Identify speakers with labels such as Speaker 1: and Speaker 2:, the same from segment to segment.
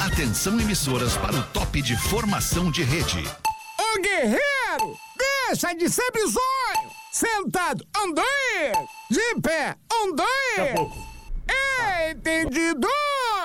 Speaker 1: Atenção emissoras para o top de formação de rede.
Speaker 2: Ô guerreiro, deixa de ser bizonho. Sentado, andei. De pé, andei. Entendido.
Speaker 1: A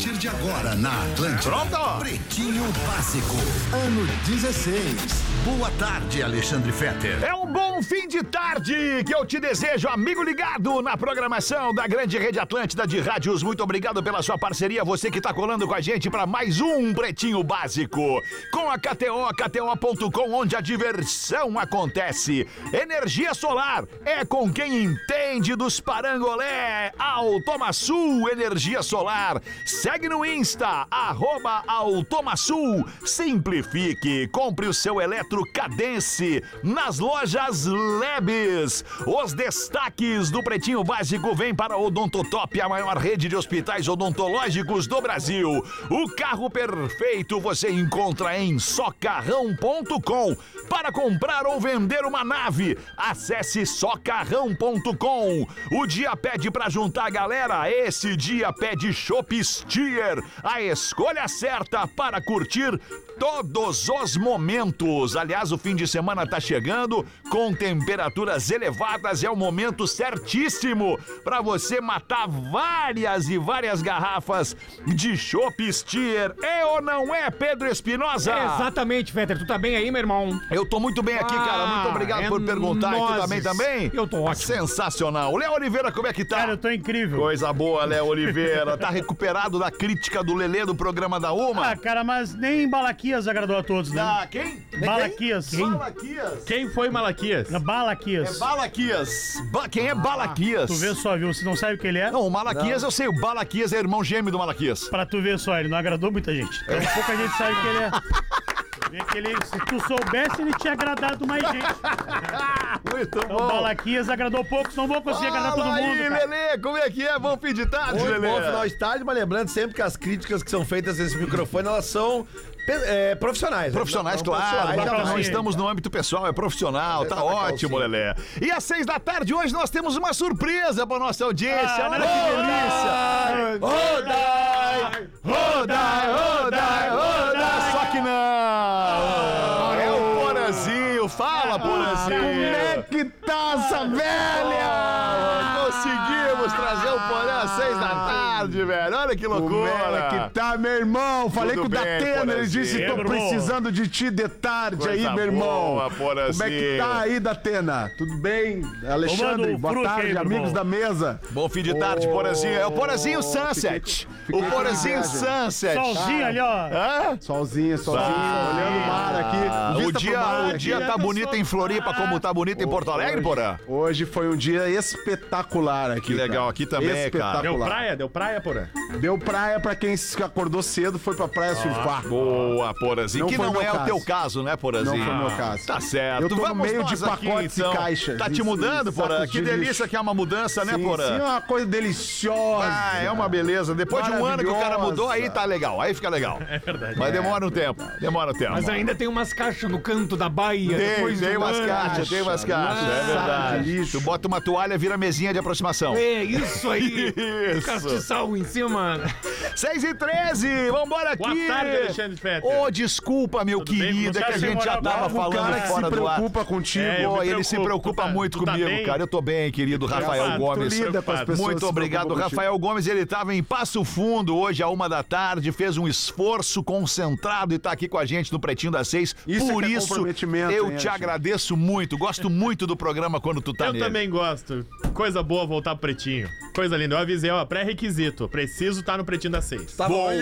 Speaker 1: partir de agora na Atlântida.
Speaker 3: Pronto?
Speaker 1: Pretinho Básico.
Speaker 4: Ano 16.
Speaker 1: Boa tarde, Alexandre Fetter.
Speaker 3: É um bom fim de tarde que eu te desejo, amigo ligado na programação da Grande Rede Atlântida de Rádios. Muito obrigado pela sua parceria, você que tá colando com a gente para mais um Pretinho Básico. Com a KTO, KTO.com, onde a diversão acontece. Energia solar é com quem entende dos parangolé. Automaçul Energia Solar. Segue no Insta, arroba Automaçul. Simplifique, compre o seu eletro Cadence nas lojas Lebes. Os destaques do Pretinho Básico vêm para Odontotop, a maior rede de hospitais odontológicos do Brasil. O carro perfeito você encontra em socarrão.com. Para comprar ou vender uma nave, acesse socarrão.com. O dia pede para juntar a galera, esse dia pede Shop Steer, a escolha certa para curtir todos os momentos. Aliás, o fim de semana tá chegando com temperaturas elevadas, é o momento certíssimo para você matar várias e várias garrafas de Chopp Steer. É ou não é, Pedro Espinosa?
Speaker 2: Exatamente, Fetter. Tu tá bem aí, meu irmão?
Speaker 3: Eu tô muito bem aqui, cara. Muito
Speaker 2: Ah,
Speaker 3: obrigado
Speaker 2: é
Speaker 3: por perguntar. E tu
Speaker 2: nozes.
Speaker 3: também também?
Speaker 2: Eu tô ótimo.
Speaker 3: Sensacional. Léo Oliveira, como é que tá?
Speaker 5: Cara, eu tô incrível.
Speaker 3: Coisa boa, Léo Oliveira. Tá recuperado da crítica do Lelê do programa da Uma?
Speaker 5: Ah, cara, mas nem Balaquias agradou a todos, né?
Speaker 3: Ah, quem?
Speaker 5: Balaquias.
Speaker 3: Balaquias.
Speaker 6: Quem foi Malaquias?
Speaker 5: Na Balaquias.
Speaker 3: É Balaquias. Ba- quem é Balaquias?
Speaker 5: Ah, Tu vê só, viu? Você não sabe o que ele é?
Speaker 3: Não, o Malaquias eu sei, o Balaquias é irmão gêmeo do Malaquias.
Speaker 5: Pra tu ver só, ele não agradou muita gente. Então, pouca gente sabe o que ele é. Tu vê que ele- se tu soubesse, ele tinha agradado mais gente.
Speaker 3: Muito
Speaker 5: Então, Balaquias agradou poucos, não vou conseguir agradar todo
Speaker 3: Fala
Speaker 5: mundo.
Speaker 3: aí,
Speaker 5: cara.
Speaker 3: Lelê, como é que é? Bom fim de tarde,
Speaker 6: Foi
Speaker 3: Lelê.
Speaker 6: bom final de tarde, mas lembrando sempre que as críticas que são feitas nesse microfone, elas são pe- é, profissionais. né?
Speaker 3: Profissionais,
Speaker 6: Não, não,
Speaker 3: claro.
Speaker 6: profissionais,
Speaker 3: Não,
Speaker 5: jamais.
Speaker 3: não
Speaker 6: jamais.
Speaker 3: estamos no âmbito pessoal, é profissional. Tá
Speaker 6: Tá na
Speaker 3: ótimo,
Speaker 6: calcinha.
Speaker 3: Lelé. E às seis da tarde hoje nós temos uma surpresa pra nossa audiência. Olha
Speaker 5: Ah, olha
Speaker 6: né?
Speaker 3: que delícia! Rodai! Rodai! Rodai! Rodai! Só que
Speaker 6: Ah.
Speaker 3: não! É o Porazinho! Fala, Porazinho! Como é que tá essa velha? Conseguimos trazer o Porã às seis da tarde, velho. Olha que loucura!
Speaker 7: Como é que tá, meu irmão? Falei
Speaker 3: Tudo
Speaker 7: com o
Speaker 3: bem,
Speaker 7: Datena, ele
Speaker 3: Porazinho?
Speaker 7: disse: tô
Speaker 5: Lembro.
Speaker 7: precisando de ti de tarde
Speaker 3: Coisa
Speaker 7: aí, meu irmão.
Speaker 3: boa, Porazinho.
Speaker 7: Como é que tá aí, Datena? Tudo bem? Alexandre,
Speaker 5: Tomando um
Speaker 7: boa
Speaker 5: fruque aí,
Speaker 7: tarde,
Speaker 5: meu
Speaker 7: amigos
Speaker 5: irmão.
Speaker 7: da mesa.
Speaker 3: Bom fim de tarde, Porazinho. É o Porazinho
Speaker 7: Fiquei-
Speaker 3: Sunset.
Speaker 7: fiquei
Speaker 3: o
Speaker 7: com
Speaker 3: Porazinho
Speaker 7: inveja.
Speaker 3: Sunset.
Speaker 5: Solzinho ali, ó.
Speaker 3: Hã?
Speaker 7: Sozinho, sozinho,
Speaker 3: Bah.
Speaker 7: olhando o mar
Speaker 3: Ah,
Speaker 7: aqui.
Speaker 3: o
Speaker 7: vista pro
Speaker 3: dia,
Speaker 7: mar
Speaker 3: o
Speaker 7: aqui.
Speaker 3: dia tá bonito em Floripa, como tá bonito em Porto Alegre, Porã.
Speaker 7: Hoje foi um dia espetacular aqui.
Speaker 3: Que legal,
Speaker 7: cara.
Speaker 3: aqui também, cara.
Speaker 7: espetacular.
Speaker 6: Deu praia? Deu praia, porra?
Speaker 7: Deu praia pra quem se acordou cedo, foi pra praia surfar.
Speaker 3: Boa, Porazinho.
Speaker 7: Não
Speaker 3: que
Speaker 7: foi
Speaker 3: não
Speaker 7: meu
Speaker 3: é o
Speaker 7: caso.
Speaker 3: teu caso, né, Porazinho?
Speaker 7: Não foi meu caso.
Speaker 3: Tá certo.
Speaker 7: Eu tô no
Speaker 3: Vamos
Speaker 7: meio de
Speaker 3: nós aqui,
Speaker 7: pacotes e caixas.
Speaker 3: Tá te
Speaker 7: Isso,
Speaker 3: mudando,
Speaker 7: sacos
Speaker 3: Porã?
Speaker 7: de
Speaker 3: Que
Speaker 7: lixo.
Speaker 3: delícia que é uma mudança, né,
Speaker 7: Sim,
Speaker 3: Porã?
Speaker 7: sim, é uma coisa deliciosa.
Speaker 3: Ah, é uma beleza. Depois de um ano que o cara mudou, aí
Speaker 7: Maravilhosa.
Speaker 3: tá legal. Aí fica legal. É verdade. Mas demora um tempo. Demora um tempo.
Speaker 8: Mas ainda tem umas caixas no canto da baia.
Speaker 3: Tem,
Speaker 8: depois
Speaker 3: tem
Speaker 8: do
Speaker 3: umas
Speaker 8: ano.
Speaker 3: caixas, tem umas caixas. É
Speaker 7: Saco de
Speaker 3: verdade.
Speaker 7: lixo.
Speaker 3: Tu bota uma toalha, vira mesinha de aproximação.
Speaker 8: É, isso aí.
Speaker 3: Isso.
Speaker 8: Castiçal em cima.
Speaker 3: 6 e 13, vambora aqui.
Speaker 6: Boa tarde, Alexandre Fetter.
Speaker 3: Ô, desculpa, meu
Speaker 5: bem com
Speaker 3: querido, é
Speaker 5: você?
Speaker 3: que a gente já
Speaker 5: Moral,
Speaker 3: tava
Speaker 5: logo o
Speaker 7: O
Speaker 3: falando
Speaker 7: cara que
Speaker 3: fora
Speaker 7: se
Speaker 3: do ar.
Speaker 7: preocupa contigo.
Speaker 5: É, eu
Speaker 3: Pô,
Speaker 5: me
Speaker 3: ele se
Speaker 5: preocupo,
Speaker 3: preocupa
Speaker 5: tu tá-
Speaker 3: muito
Speaker 5: tu tá
Speaker 3: comigo,
Speaker 5: bem?
Speaker 3: cara. Eu tô bem, querido. Rafael
Speaker 5: preocupado,
Speaker 3: Gomes.
Speaker 7: tu lida com as pessoas que
Speaker 3: Muito
Speaker 7: se
Speaker 3: obrigado,
Speaker 7: preocupam
Speaker 3: Rafael Gomes. Ele estava em Passo Fundo hoje, à uma da tarde, fez um esforço concentrado e tá aqui com a gente no Pretinho das Seis.
Speaker 7: Isso
Speaker 3: Por
Speaker 7: é que é
Speaker 3: isso,
Speaker 7: comprometimento,
Speaker 3: eu
Speaker 7: hein,
Speaker 3: te
Speaker 7: Alexandre?
Speaker 3: agradeço muito. Gosto muito do programa quando tu tá
Speaker 6: Eu
Speaker 3: nele.
Speaker 6: também gosto. Coisa boa voltar pro pretinho. Coisa linda. Eu avisei, ó, pré-requisito. Preciso estar no pretinho das seis.
Speaker 3: Tá Boa!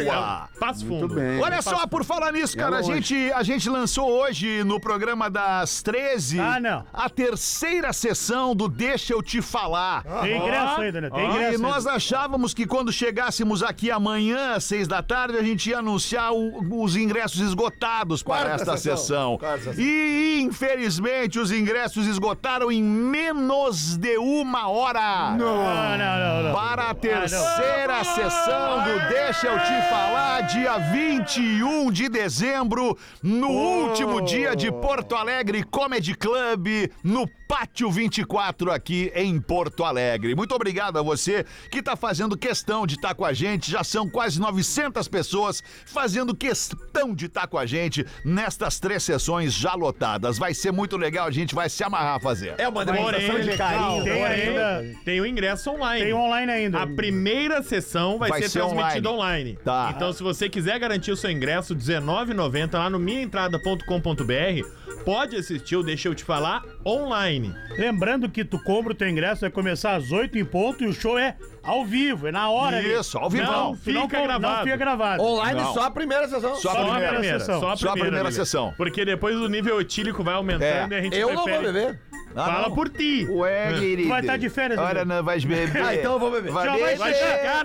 Speaker 6: Passo fundo.
Speaker 7: Muito bem.
Speaker 3: Olha só, por falar nisso, cara, a
Speaker 7: longe.
Speaker 3: gente, a gente lançou hoje no programa das 13
Speaker 5: Ah, não.
Speaker 3: a terceira sessão do Deixa Eu Te Falar.
Speaker 5: Tem ingresso ainda, né? Tem
Speaker 3: E
Speaker 5: ingresso.
Speaker 3: nós
Speaker 5: ainda.
Speaker 3: achávamos que quando chegássemos aqui amanhã, às seis da tarde, a gente ia anunciar o- os ingressos esgotados para
Speaker 6: Quarta
Speaker 3: esta sessão.
Speaker 6: sessão. Quarta sessão.
Speaker 3: E, infelizmente, os ingressos esgotaram em menos de uma hora.
Speaker 5: Não, não, não. não, não.
Speaker 3: Para a terceira sessão do Deixa Eu Te Falar, dia 21 de dezembro, no último dia de Porto Alegre Comedy Club, no Pátio 24, aqui em Porto Alegre. Muito obrigado a você que está fazendo questão de estar com a gente. Já são quase 900 pessoas fazendo questão de estar com a gente nestas três sessões já lotadas. Vai ser muito legal, a gente vai se amarrar a fazer.
Speaker 8: É uma demonstração
Speaker 5: Porém,
Speaker 8: de carinho.
Speaker 5: tem
Speaker 8: Porém,
Speaker 5: ainda.
Speaker 6: Tem o ingresso online.
Speaker 2: Tá
Speaker 5: Tem online ainda.
Speaker 6: A primeira sessão vai,
Speaker 3: Vai
Speaker 6: ser,
Speaker 3: ser
Speaker 6: transmitida online.
Speaker 3: Tá.
Speaker 6: Então, se você quiser garantir o seu ingresso, R$19,90 lá no minhaentrada.com.br, pode assistir o Deixa Eu Te Falar online.
Speaker 5: Lembrando que tu compra o teu ingresso, vai começar às 8 em ponto e o show é ao vivo, é na hora. ali.
Speaker 3: Isso, ao
Speaker 6: Não,
Speaker 3: vivo.
Speaker 5: Tu não
Speaker 6: Fica
Speaker 5: com-
Speaker 6: gravado.
Speaker 5: Não fica gravado.
Speaker 8: Online
Speaker 3: Não.
Speaker 8: só a primeira sessão.
Speaker 3: Só a primeira.
Speaker 5: sessão.
Speaker 6: Só a primeira,
Speaker 3: Só a primeira
Speaker 6: Lelê.
Speaker 3: sessão.
Speaker 6: Porque depois o nível etílico vai aumentando
Speaker 3: É.
Speaker 6: e a gente
Speaker 8: Eu não vou
Speaker 6: prefere-
Speaker 8: beber.
Speaker 3: Ah,
Speaker 6: Fala
Speaker 3: não.
Speaker 6: por ti.
Speaker 3: Ué, querido.
Speaker 5: vai tá de férias,
Speaker 3: Ora,
Speaker 5: Dudu.
Speaker 3: não, vais beber.
Speaker 8: Ah, então eu vou beber.
Speaker 3: Vai
Speaker 5: Já
Speaker 3: beber.
Speaker 5: vai chegar,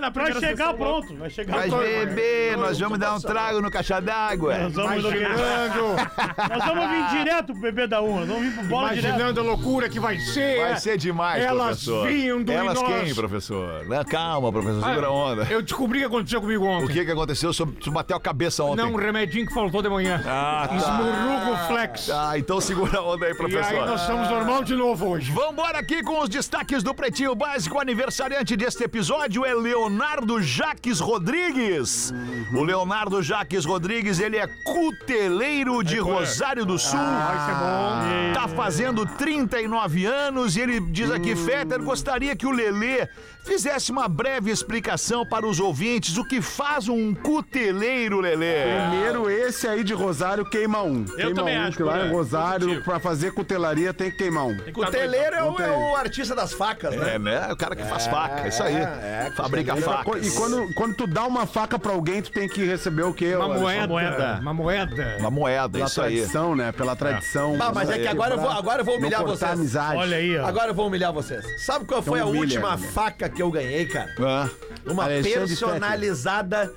Speaker 6: na
Speaker 5: vai
Speaker 6: primeira
Speaker 5: chegar
Speaker 6: sessão.
Speaker 5: pronto. Vai chegar
Speaker 3: Vais
Speaker 5: pronto.
Speaker 3: beber, nós vamos dar um trago no caixa d'água.
Speaker 5: Nós vamos, nós vamos vir direto pro bebê da uma. Nós vamos vir pro bola direto.
Speaker 2: Imaginando a loucura que vai ser.
Speaker 3: Vai ser demais,
Speaker 2: Elas
Speaker 3: professor.
Speaker 2: vindo e
Speaker 3: Elas
Speaker 2: nós-
Speaker 3: quem, professor? Não, Calma, professor, segura a
Speaker 5: Ah.
Speaker 3: onda.
Speaker 2: Eu descobri o que aconteceu comigo
Speaker 3: O
Speaker 2: ontem.
Speaker 3: que, que aconteceu? Sobre- Tu bateu a cabeça ontem.
Speaker 2: Não, um remedinho que faltou de manhã.
Speaker 3: Ah, tá.
Speaker 2: Esmurrugo flex.
Speaker 6: tá,
Speaker 3: Ah, então segura a onda
Speaker 2: E
Speaker 3: aí,
Speaker 2: aí
Speaker 3: professor.
Speaker 2: nós estamos normal de novo hoje.
Speaker 3: Vambora aqui com os destaques do Pretinho Básico. O aniversariante deste episódio é Leonardo Jaques Rodrigues. O Leonardo Jaques Rodrigues, ele é cuteleiro de Rosário do Sul.
Speaker 6: Ah.
Speaker 3: Tá fazendo 39 anos e ele diz aqui, Fetter, gostaria que o Lelê fizesse uma breve explicação para os ouvintes o que faz um cuteleiro, Lelê.
Speaker 7: Primeiro, esse aí de Rosário queima um. queima
Speaker 6: também
Speaker 7: um,
Speaker 6: acho,
Speaker 7: que lá
Speaker 6: Porã.
Speaker 7: em Rosário,
Speaker 6: Positivo.
Speaker 7: pra fazer cutelaria, tem que queimar um.
Speaker 8: O cuteleiro é
Speaker 7: Não
Speaker 8: o,
Speaker 7: tem.
Speaker 8: é o artista das facas, né?
Speaker 3: É, né? O cara que faz faca, isso aí.
Speaker 8: é, é,
Speaker 3: Fabrica faca.
Speaker 7: E quando, quando tu dá uma faca pra alguém, tu tem que receber o quê?
Speaker 2: Uma
Speaker 7: Alex?
Speaker 2: moeda.
Speaker 6: moeda.
Speaker 2: Uma moeda.
Speaker 3: Uma moeda,
Speaker 7: Pela
Speaker 3: isso aí.
Speaker 7: tradição, né? Pela tradição.
Speaker 8: Ah, mas é que agora eu vou- agora eu vou
Speaker 7: Não
Speaker 8: humilhar
Speaker 7: cortar
Speaker 8: vocês.
Speaker 7: amizade.
Speaker 5: Olha aí, ó.
Speaker 8: Agora eu vou humilhar vocês. Sabe qual foi a
Speaker 7: humilha,
Speaker 8: última
Speaker 7: né?
Speaker 8: faca que eu ganhei, cara?
Speaker 3: Hã?
Speaker 8: Uma
Speaker 7: Ah, Alexandre
Speaker 8: personalizada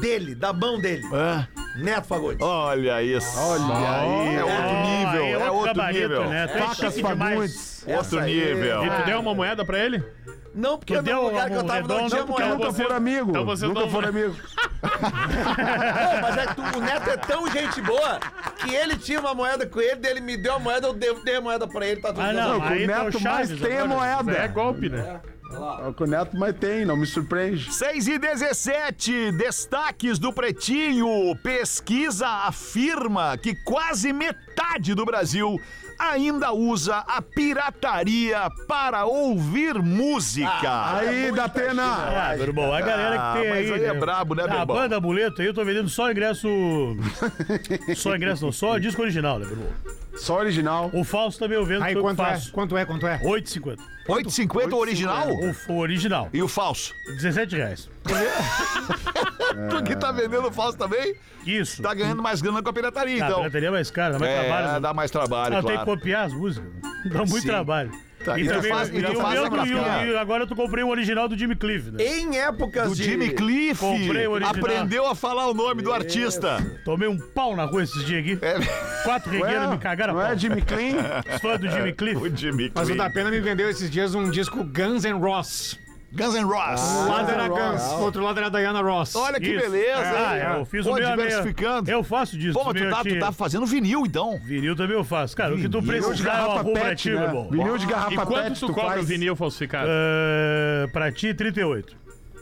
Speaker 8: dele, da mão dele.
Speaker 3: Hã?
Speaker 8: Neto Fagundes.
Speaker 3: Olha isso.
Speaker 7: Olha aí.
Speaker 3: É outro
Speaker 6: Ah,
Speaker 3: nível,
Speaker 5: Aí
Speaker 3: é outro
Speaker 5: gabarito,
Speaker 3: nível. É
Speaker 5: né?
Speaker 6: Tá
Speaker 5: Tu é
Speaker 7: Facas
Speaker 5: chique demais.
Speaker 7: Fagundes.
Speaker 3: Outro
Speaker 8: Essa aí.
Speaker 3: nível.
Speaker 6: E tu deu uma moeda pra ele?
Speaker 8: Não, porque
Speaker 5: Tu
Speaker 8: eu
Speaker 5: deu
Speaker 8: no lugar que eu
Speaker 5: um
Speaker 8: tava não
Speaker 5: redondo,
Speaker 8: tinha
Speaker 5: não,
Speaker 7: Eu
Speaker 5: porque
Speaker 8: moeda.
Speaker 7: nunca
Speaker 6: você-
Speaker 7: for amigo.
Speaker 6: então você
Speaker 7: nunca
Speaker 6: não-
Speaker 7: for amigo.
Speaker 8: Não, mas é que tu- o Neto é tão gente boa que ele tinha uma moeda com ele, daí ele me deu a moeda, eu devo- dei a moeda pra ele, tá tudo
Speaker 5: Ah,
Speaker 8: bem.
Speaker 5: não,
Speaker 7: Não, o
Speaker 5: aí tá o
Speaker 7: neto mais
Speaker 5: Chaves
Speaker 7: tem a
Speaker 5: agora.
Speaker 7: moeda.
Speaker 6: É golpe, né?
Speaker 7: É o que o neto mais tem, não me surpreende.
Speaker 3: 6 e 17, destaques do Pretinho. Pesquisa afirma que quase metade do Brasil ainda usa a pirataria para ouvir música.
Speaker 7: Aí, da pena.
Speaker 5: Ah, meu irmão, a galera
Speaker 3: Ah,
Speaker 5: que tem
Speaker 3: mas
Speaker 5: aí.
Speaker 3: aí é
Speaker 5: meu,
Speaker 3: brabo, né,
Speaker 5: a
Speaker 3: meu irmão?
Speaker 5: banda Muleta aí, eu tô vendendo só ingresso. só ingresso não, só disco original, né, meu irmão?
Speaker 7: Só original.
Speaker 5: O falso também eu vendo
Speaker 2: Aí
Speaker 5: que eu
Speaker 2: quanto é?
Speaker 5: faço.
Speaker 2: Quanto é? Quanto é?
Speaker 5: 8,50.
Speaker 3: 8,50 o original?
Speaker 5: O, o original,
Speaker 3: E o falso?
Speaker 5: 17 reais.
Speaker 3: Tu que tá vendendo o falso também,
Speaker 5: Isso.
Speaker 3: tá ganhando mais grana com a pirataria,
Speaker 6: Tá,
Speaker 5: Ah,
Speaker 3: então.
Speaker 5: pirataria é mais cara, dá mais trabalho.
Speaker 3: É,
Speaker 5: né?
Speaker 3: dá mais trabalho,
Speaker 5: Ela tem que
Speaker 3: claro.
Speaker 5: copiar as músicas. né? Dá muito
Speaker 3: Sim.
Speaker 5: trabalho.
Speaker 3: Tá, e
Speaker 5: E
Speaker 3: tu
Speaker 5: também
Speaker 3: faz- e
Speaker 5: e
Speaker 3: tu
Speaker 5: o
Speaker 3: faz
Speaker 5: meu
Speaker 3: a É.
Speaker 5: do- e
Speaker 3: grafia.
Speaker 5: o- e agora tu comprei o original do Jimmy Cliff, né?
Speaker 8: Em épocas
Speaker 3: Do
Speaker 8: de...
Speaker 3: Jimmy Cliff
Speaker 5: Comprei o original.
Speaker 3: aprendeu a falar o nome do artista.
Speaker 5: Tomei um pau na rua esses dias aqui.
Speaker 3: É,
Speaker 5: Quatro regueiras me cagaram
Speaker 7: não
Speaker 5: a pau.
Speaker 7: é Jimmy Clean?
Speaker 5: Os fãs do Jimmy Cliff.
Speaker 3: o Jimmy
Speaker 2: Mas o da
Speaker 3: Cliff.
Speaker 2: Pena me vendeu esses dias um disco Guns N' Ross.
Speaker 3: Guns N' Roses.
Speaker 2: Um
Speaker 5: Ah,
Speaker 2: lado era
Speaker 7: Ross.
Speaker 2: Guns, o outro lado era Diana Ross.
Speaker 3: Olha que
Speaker 5: Isso.
Speaker 3: beleza,
Speaker 5: Ah,
Speaker 3: hein?
Speaker 5: eu fiz
Speaker 3: Pô,
Speaker 5: o meu a meia.
Speaker 3: diversificando.
Speaker 5: Eu faço disso.
Speaker 3: Pô, mas tu
Speaker 5: meio
Speaker 3: tá,
Speaker 5: que-
Speaker 3: tu tá fazendo vinil, então.
Speaker 5: Vinil também eu faço. Cara, o que tu
Speaker 7: Vinil de
Speaker 5: precisar é uma
Speaker 7: garrafa
Speaker 5: boa pra
Speaker 7: pet,
Speaker 5: ti,
Speaker 7: né?
Speaker 5: meu irmão.
Speaker 7: Vinil de
Speaker 6: E
Speaker 7: garrafa
Speaker 6: quanto
Speaker 7: pet,
Speaker 6: tu
Speaker 7: tu
Speaker 6: cobra o
Speaker 7: faz?
Speaker 6: vinil falsificado?
Speaker 5: Ah, pra ti, 38.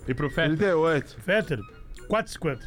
Speaker 6: E pro Fed?
Speaker 7: 38.
Speaker 5: Fetter, 4,50.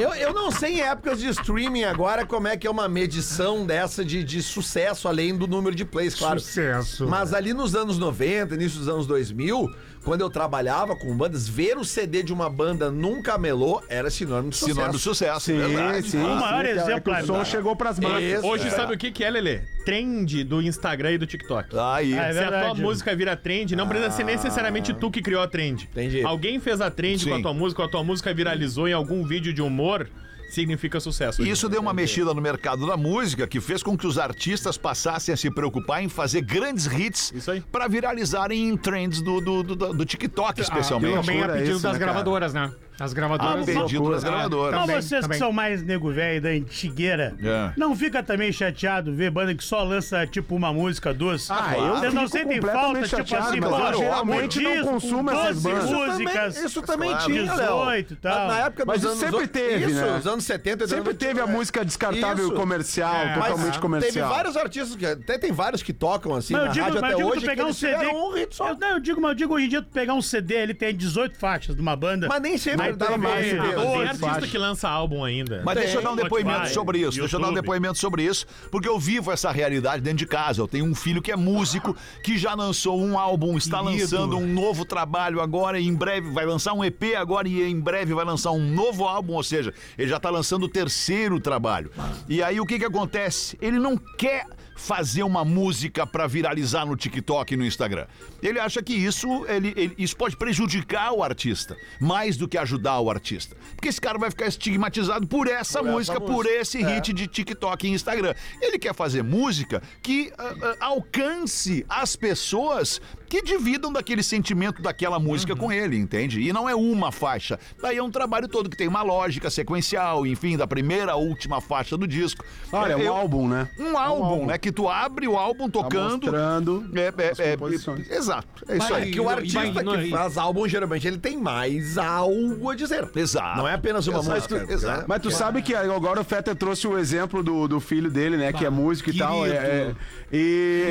Speaker 8: Eu, eu não sei em épocas de streaming agora como é que é uma medição dessa de, de sucesso, além do número de plays, claro.
Speaker 2: Sucesso.
Speaker 8: Mas ali nos anos 90, início dos anos 2000, quando eu trabalhava com bandas, ver o CD de uma banda num camelô era sinônimo de sucesso.
Speaker 3: Sinônimo de sucesso, é
Speaker 7: Sim,
Speaker 3: verdade.
Speaker 7: sim.
Speaker 5: O
Speaker 7: sim,
Speaker 5: maior
Speaker 7: é que
Speaker 5: exemplo,
Speaker 7: O som
Speaker 5: cara.
Speaker 7: chegou pras massas.
Speaker 8: Isso.
Speaker 6: Hoje sabe o que que é, Lelê? Trend do Instagram e do TikTok.
Speaker 3: Aí.
Speaker 5: Ah, é
Speaker 6: Se a tua
Speaker 5: verdade.
Speaker 6: música vira trend, não precisa ser necessariamente tu que criou a trend.
Speaker 8: Entendi.
Speaker 6: Alguém fez a trend com a
Speaker 3: Sim.
Speaker 6: tua música, a tua música viralizou em algum vídeo de humor, significa sucesso.
Speaker 3: Isso deu uma mexida no mercado da música que fez com que os artistas passassem a se preocupar em fazer grandes hits
Speaker 6: Isso aí.
Speaker 3: pra viralizarem em trends do, do, do, do TikTok,
Speaker 2: Ah,
Speaker 3: especialmente.
Speaker 2: Também a
Speaker 7: Loucura
Speaker 2: pedido
Speaker 7: isso,
Speaker 2: das
Speaker 7: né, cara?
Speaker 2: gravadoras, né? As gravadoras.
Speaker 3: A
Speaker 8: Tá
Speaker 3: pedido
Speaker 5: né?
Speaker 3: das gravadoras.
Speaker 2: Ah,
Speaker 5: Mas
Speaker 2: também,
Speaker 5: vocês
Speaker 2: também.
Speaker 5: que são mais nego velho da antigueira,
Speaker 3: É.
Speaker 5: não fica também chateado ver banda que só lança tipo uma música, duas?
Speaker 7: Ah, eu
Speaker 5: Vocês não
Speaker 7: fico
Speaker 5: sentem falta,
Speaker 7: completamente
Speaker 5: tipo
Speaker 7: chateado,
Speaker 5: assim,
Speaker 7: mas
Speaker 5: pô,
Speaker 7: eu geralmente não
Speaker 5: disco,
Speaker 7: consumo essas
Speaker 5: 12
Speaker 7: bandas.
Speaker 8: Isso também-
Speaker 5: músicas.
Speaker 8: isso também
Speaker 5: Claro.
Speaker 8: tinha, Léo.
Speaker 5: 18 e tal.
Speaker 8: Na época dos
Speaker 7: Mas isso
Speaker 8: anos...
Speaker 7: sempre teve,
Speaker 8: Isso,
Speaker 7: né?
Speaker 8: os anos 70 e
Speaker 7: Sempre
Speaker 8: 90,
Speaker 7: teve a
Speaker 8: né?
Speaker 7: música descartável
Speaker 8: Isso. É.
Speaker 7: e comercial,
Speaker 8: Mas
Speaker 7: totalmente comercial.
Speaker 8: Teve vários artistas, que até tem vários que tocam assim
Speaker 5: Mas eu
Speaker 8: na
Speaker 5: digo,
Speaker 8: rádio
Speaker 5: mas
Speaker 8: até
Speaker 5: eu digo
Speaker 8: hoje, que
Speaker 5: tu pegar um
Speaker 8: eles
Speaker 5: CD.
Speaker 8: tiveram um hit só.
Speaker 5: Eu, não, eu digo, mas eu digo hoje em dia tu pegar um CD, ele tem 18 faixas de uma banda.
Speaker 8: Mas nem sempre
Speaker 7: tem mais CD,
Speaker 8: um CD.
Speaker 7: Deus,
Speaker 6: Tem
Speaker 7: Deus,
Speaker 6: artista
Speaker 7: faixa.
Speaker 6: que lança álbum ainda.
Speaker 3: Mas deixa eu dar um
Speaker 6: Spotify,
Speaker 3: depoimento sobre isso. Deixa eu dar um
Speaker 6: YouTube.
Speaker 3: depoimento sobre isso, porque eu vivo essa realidade dentro de casa. Eu tenho um filho que é músico, que já lançou um álbum, está lançando um novo trabalho agora e em breve vai lançar um EP agora e em breve vai lançar um novo álbum, ou seja, ele já está lançando o terceiro trabalho. E aí o que que acontece? Ele não quer fazer uma música para viralizar no TikTok e no Instagram. Ele acha que isso, ele- ele- isso pode prejudicar o artista, mais do que ajudar o artista. Porque esse cara vai ficar estigmatizado por essa música, é. por esse hit de TikTok e Instagram. Ele quer fazer música que ah, ah, alcance as pessoas que dividam daquele sentimento daquela música com ele, entende? E não é uma faixa. Daí é um trabalho todo que tem uma lógica sequencial, enfim, da primeira à última faixa do disco.
Speaker 7: Olha, é um
Speaker 3: Eu-
Speaker 7: álbum, né? Tá
Speaker 3: um álbum, né? Que tu abre o álbum tocando.
Speaker 7: mostrando
Speaker 3: é,
Speaker 7: as
Speaker 3: é,
Speaker 7: composições.
Speaker 3: é, exato. É isso
Speaker 8: Mas
Speaker 3: aí.
Speaker 8: é que o
Speaker 2: e-
Speaker 8: artista
Speaker 2: e-
Speaker 8: que faz álbum, geralmente, ele tem mais algo a dizer.
Speaker 3: Exato.
Speaker 8: Não é apenas uma
Speaker 3: Exato,
Speaker 8: música. né?
Speaker 3: exato.
Speaker 7: Mas tu
Speaker 2: é.
Speaker 7: sabe que agora o Fetter trouxe o exemplo do, do filho dele, né? Que é músico e tal. É, é, e.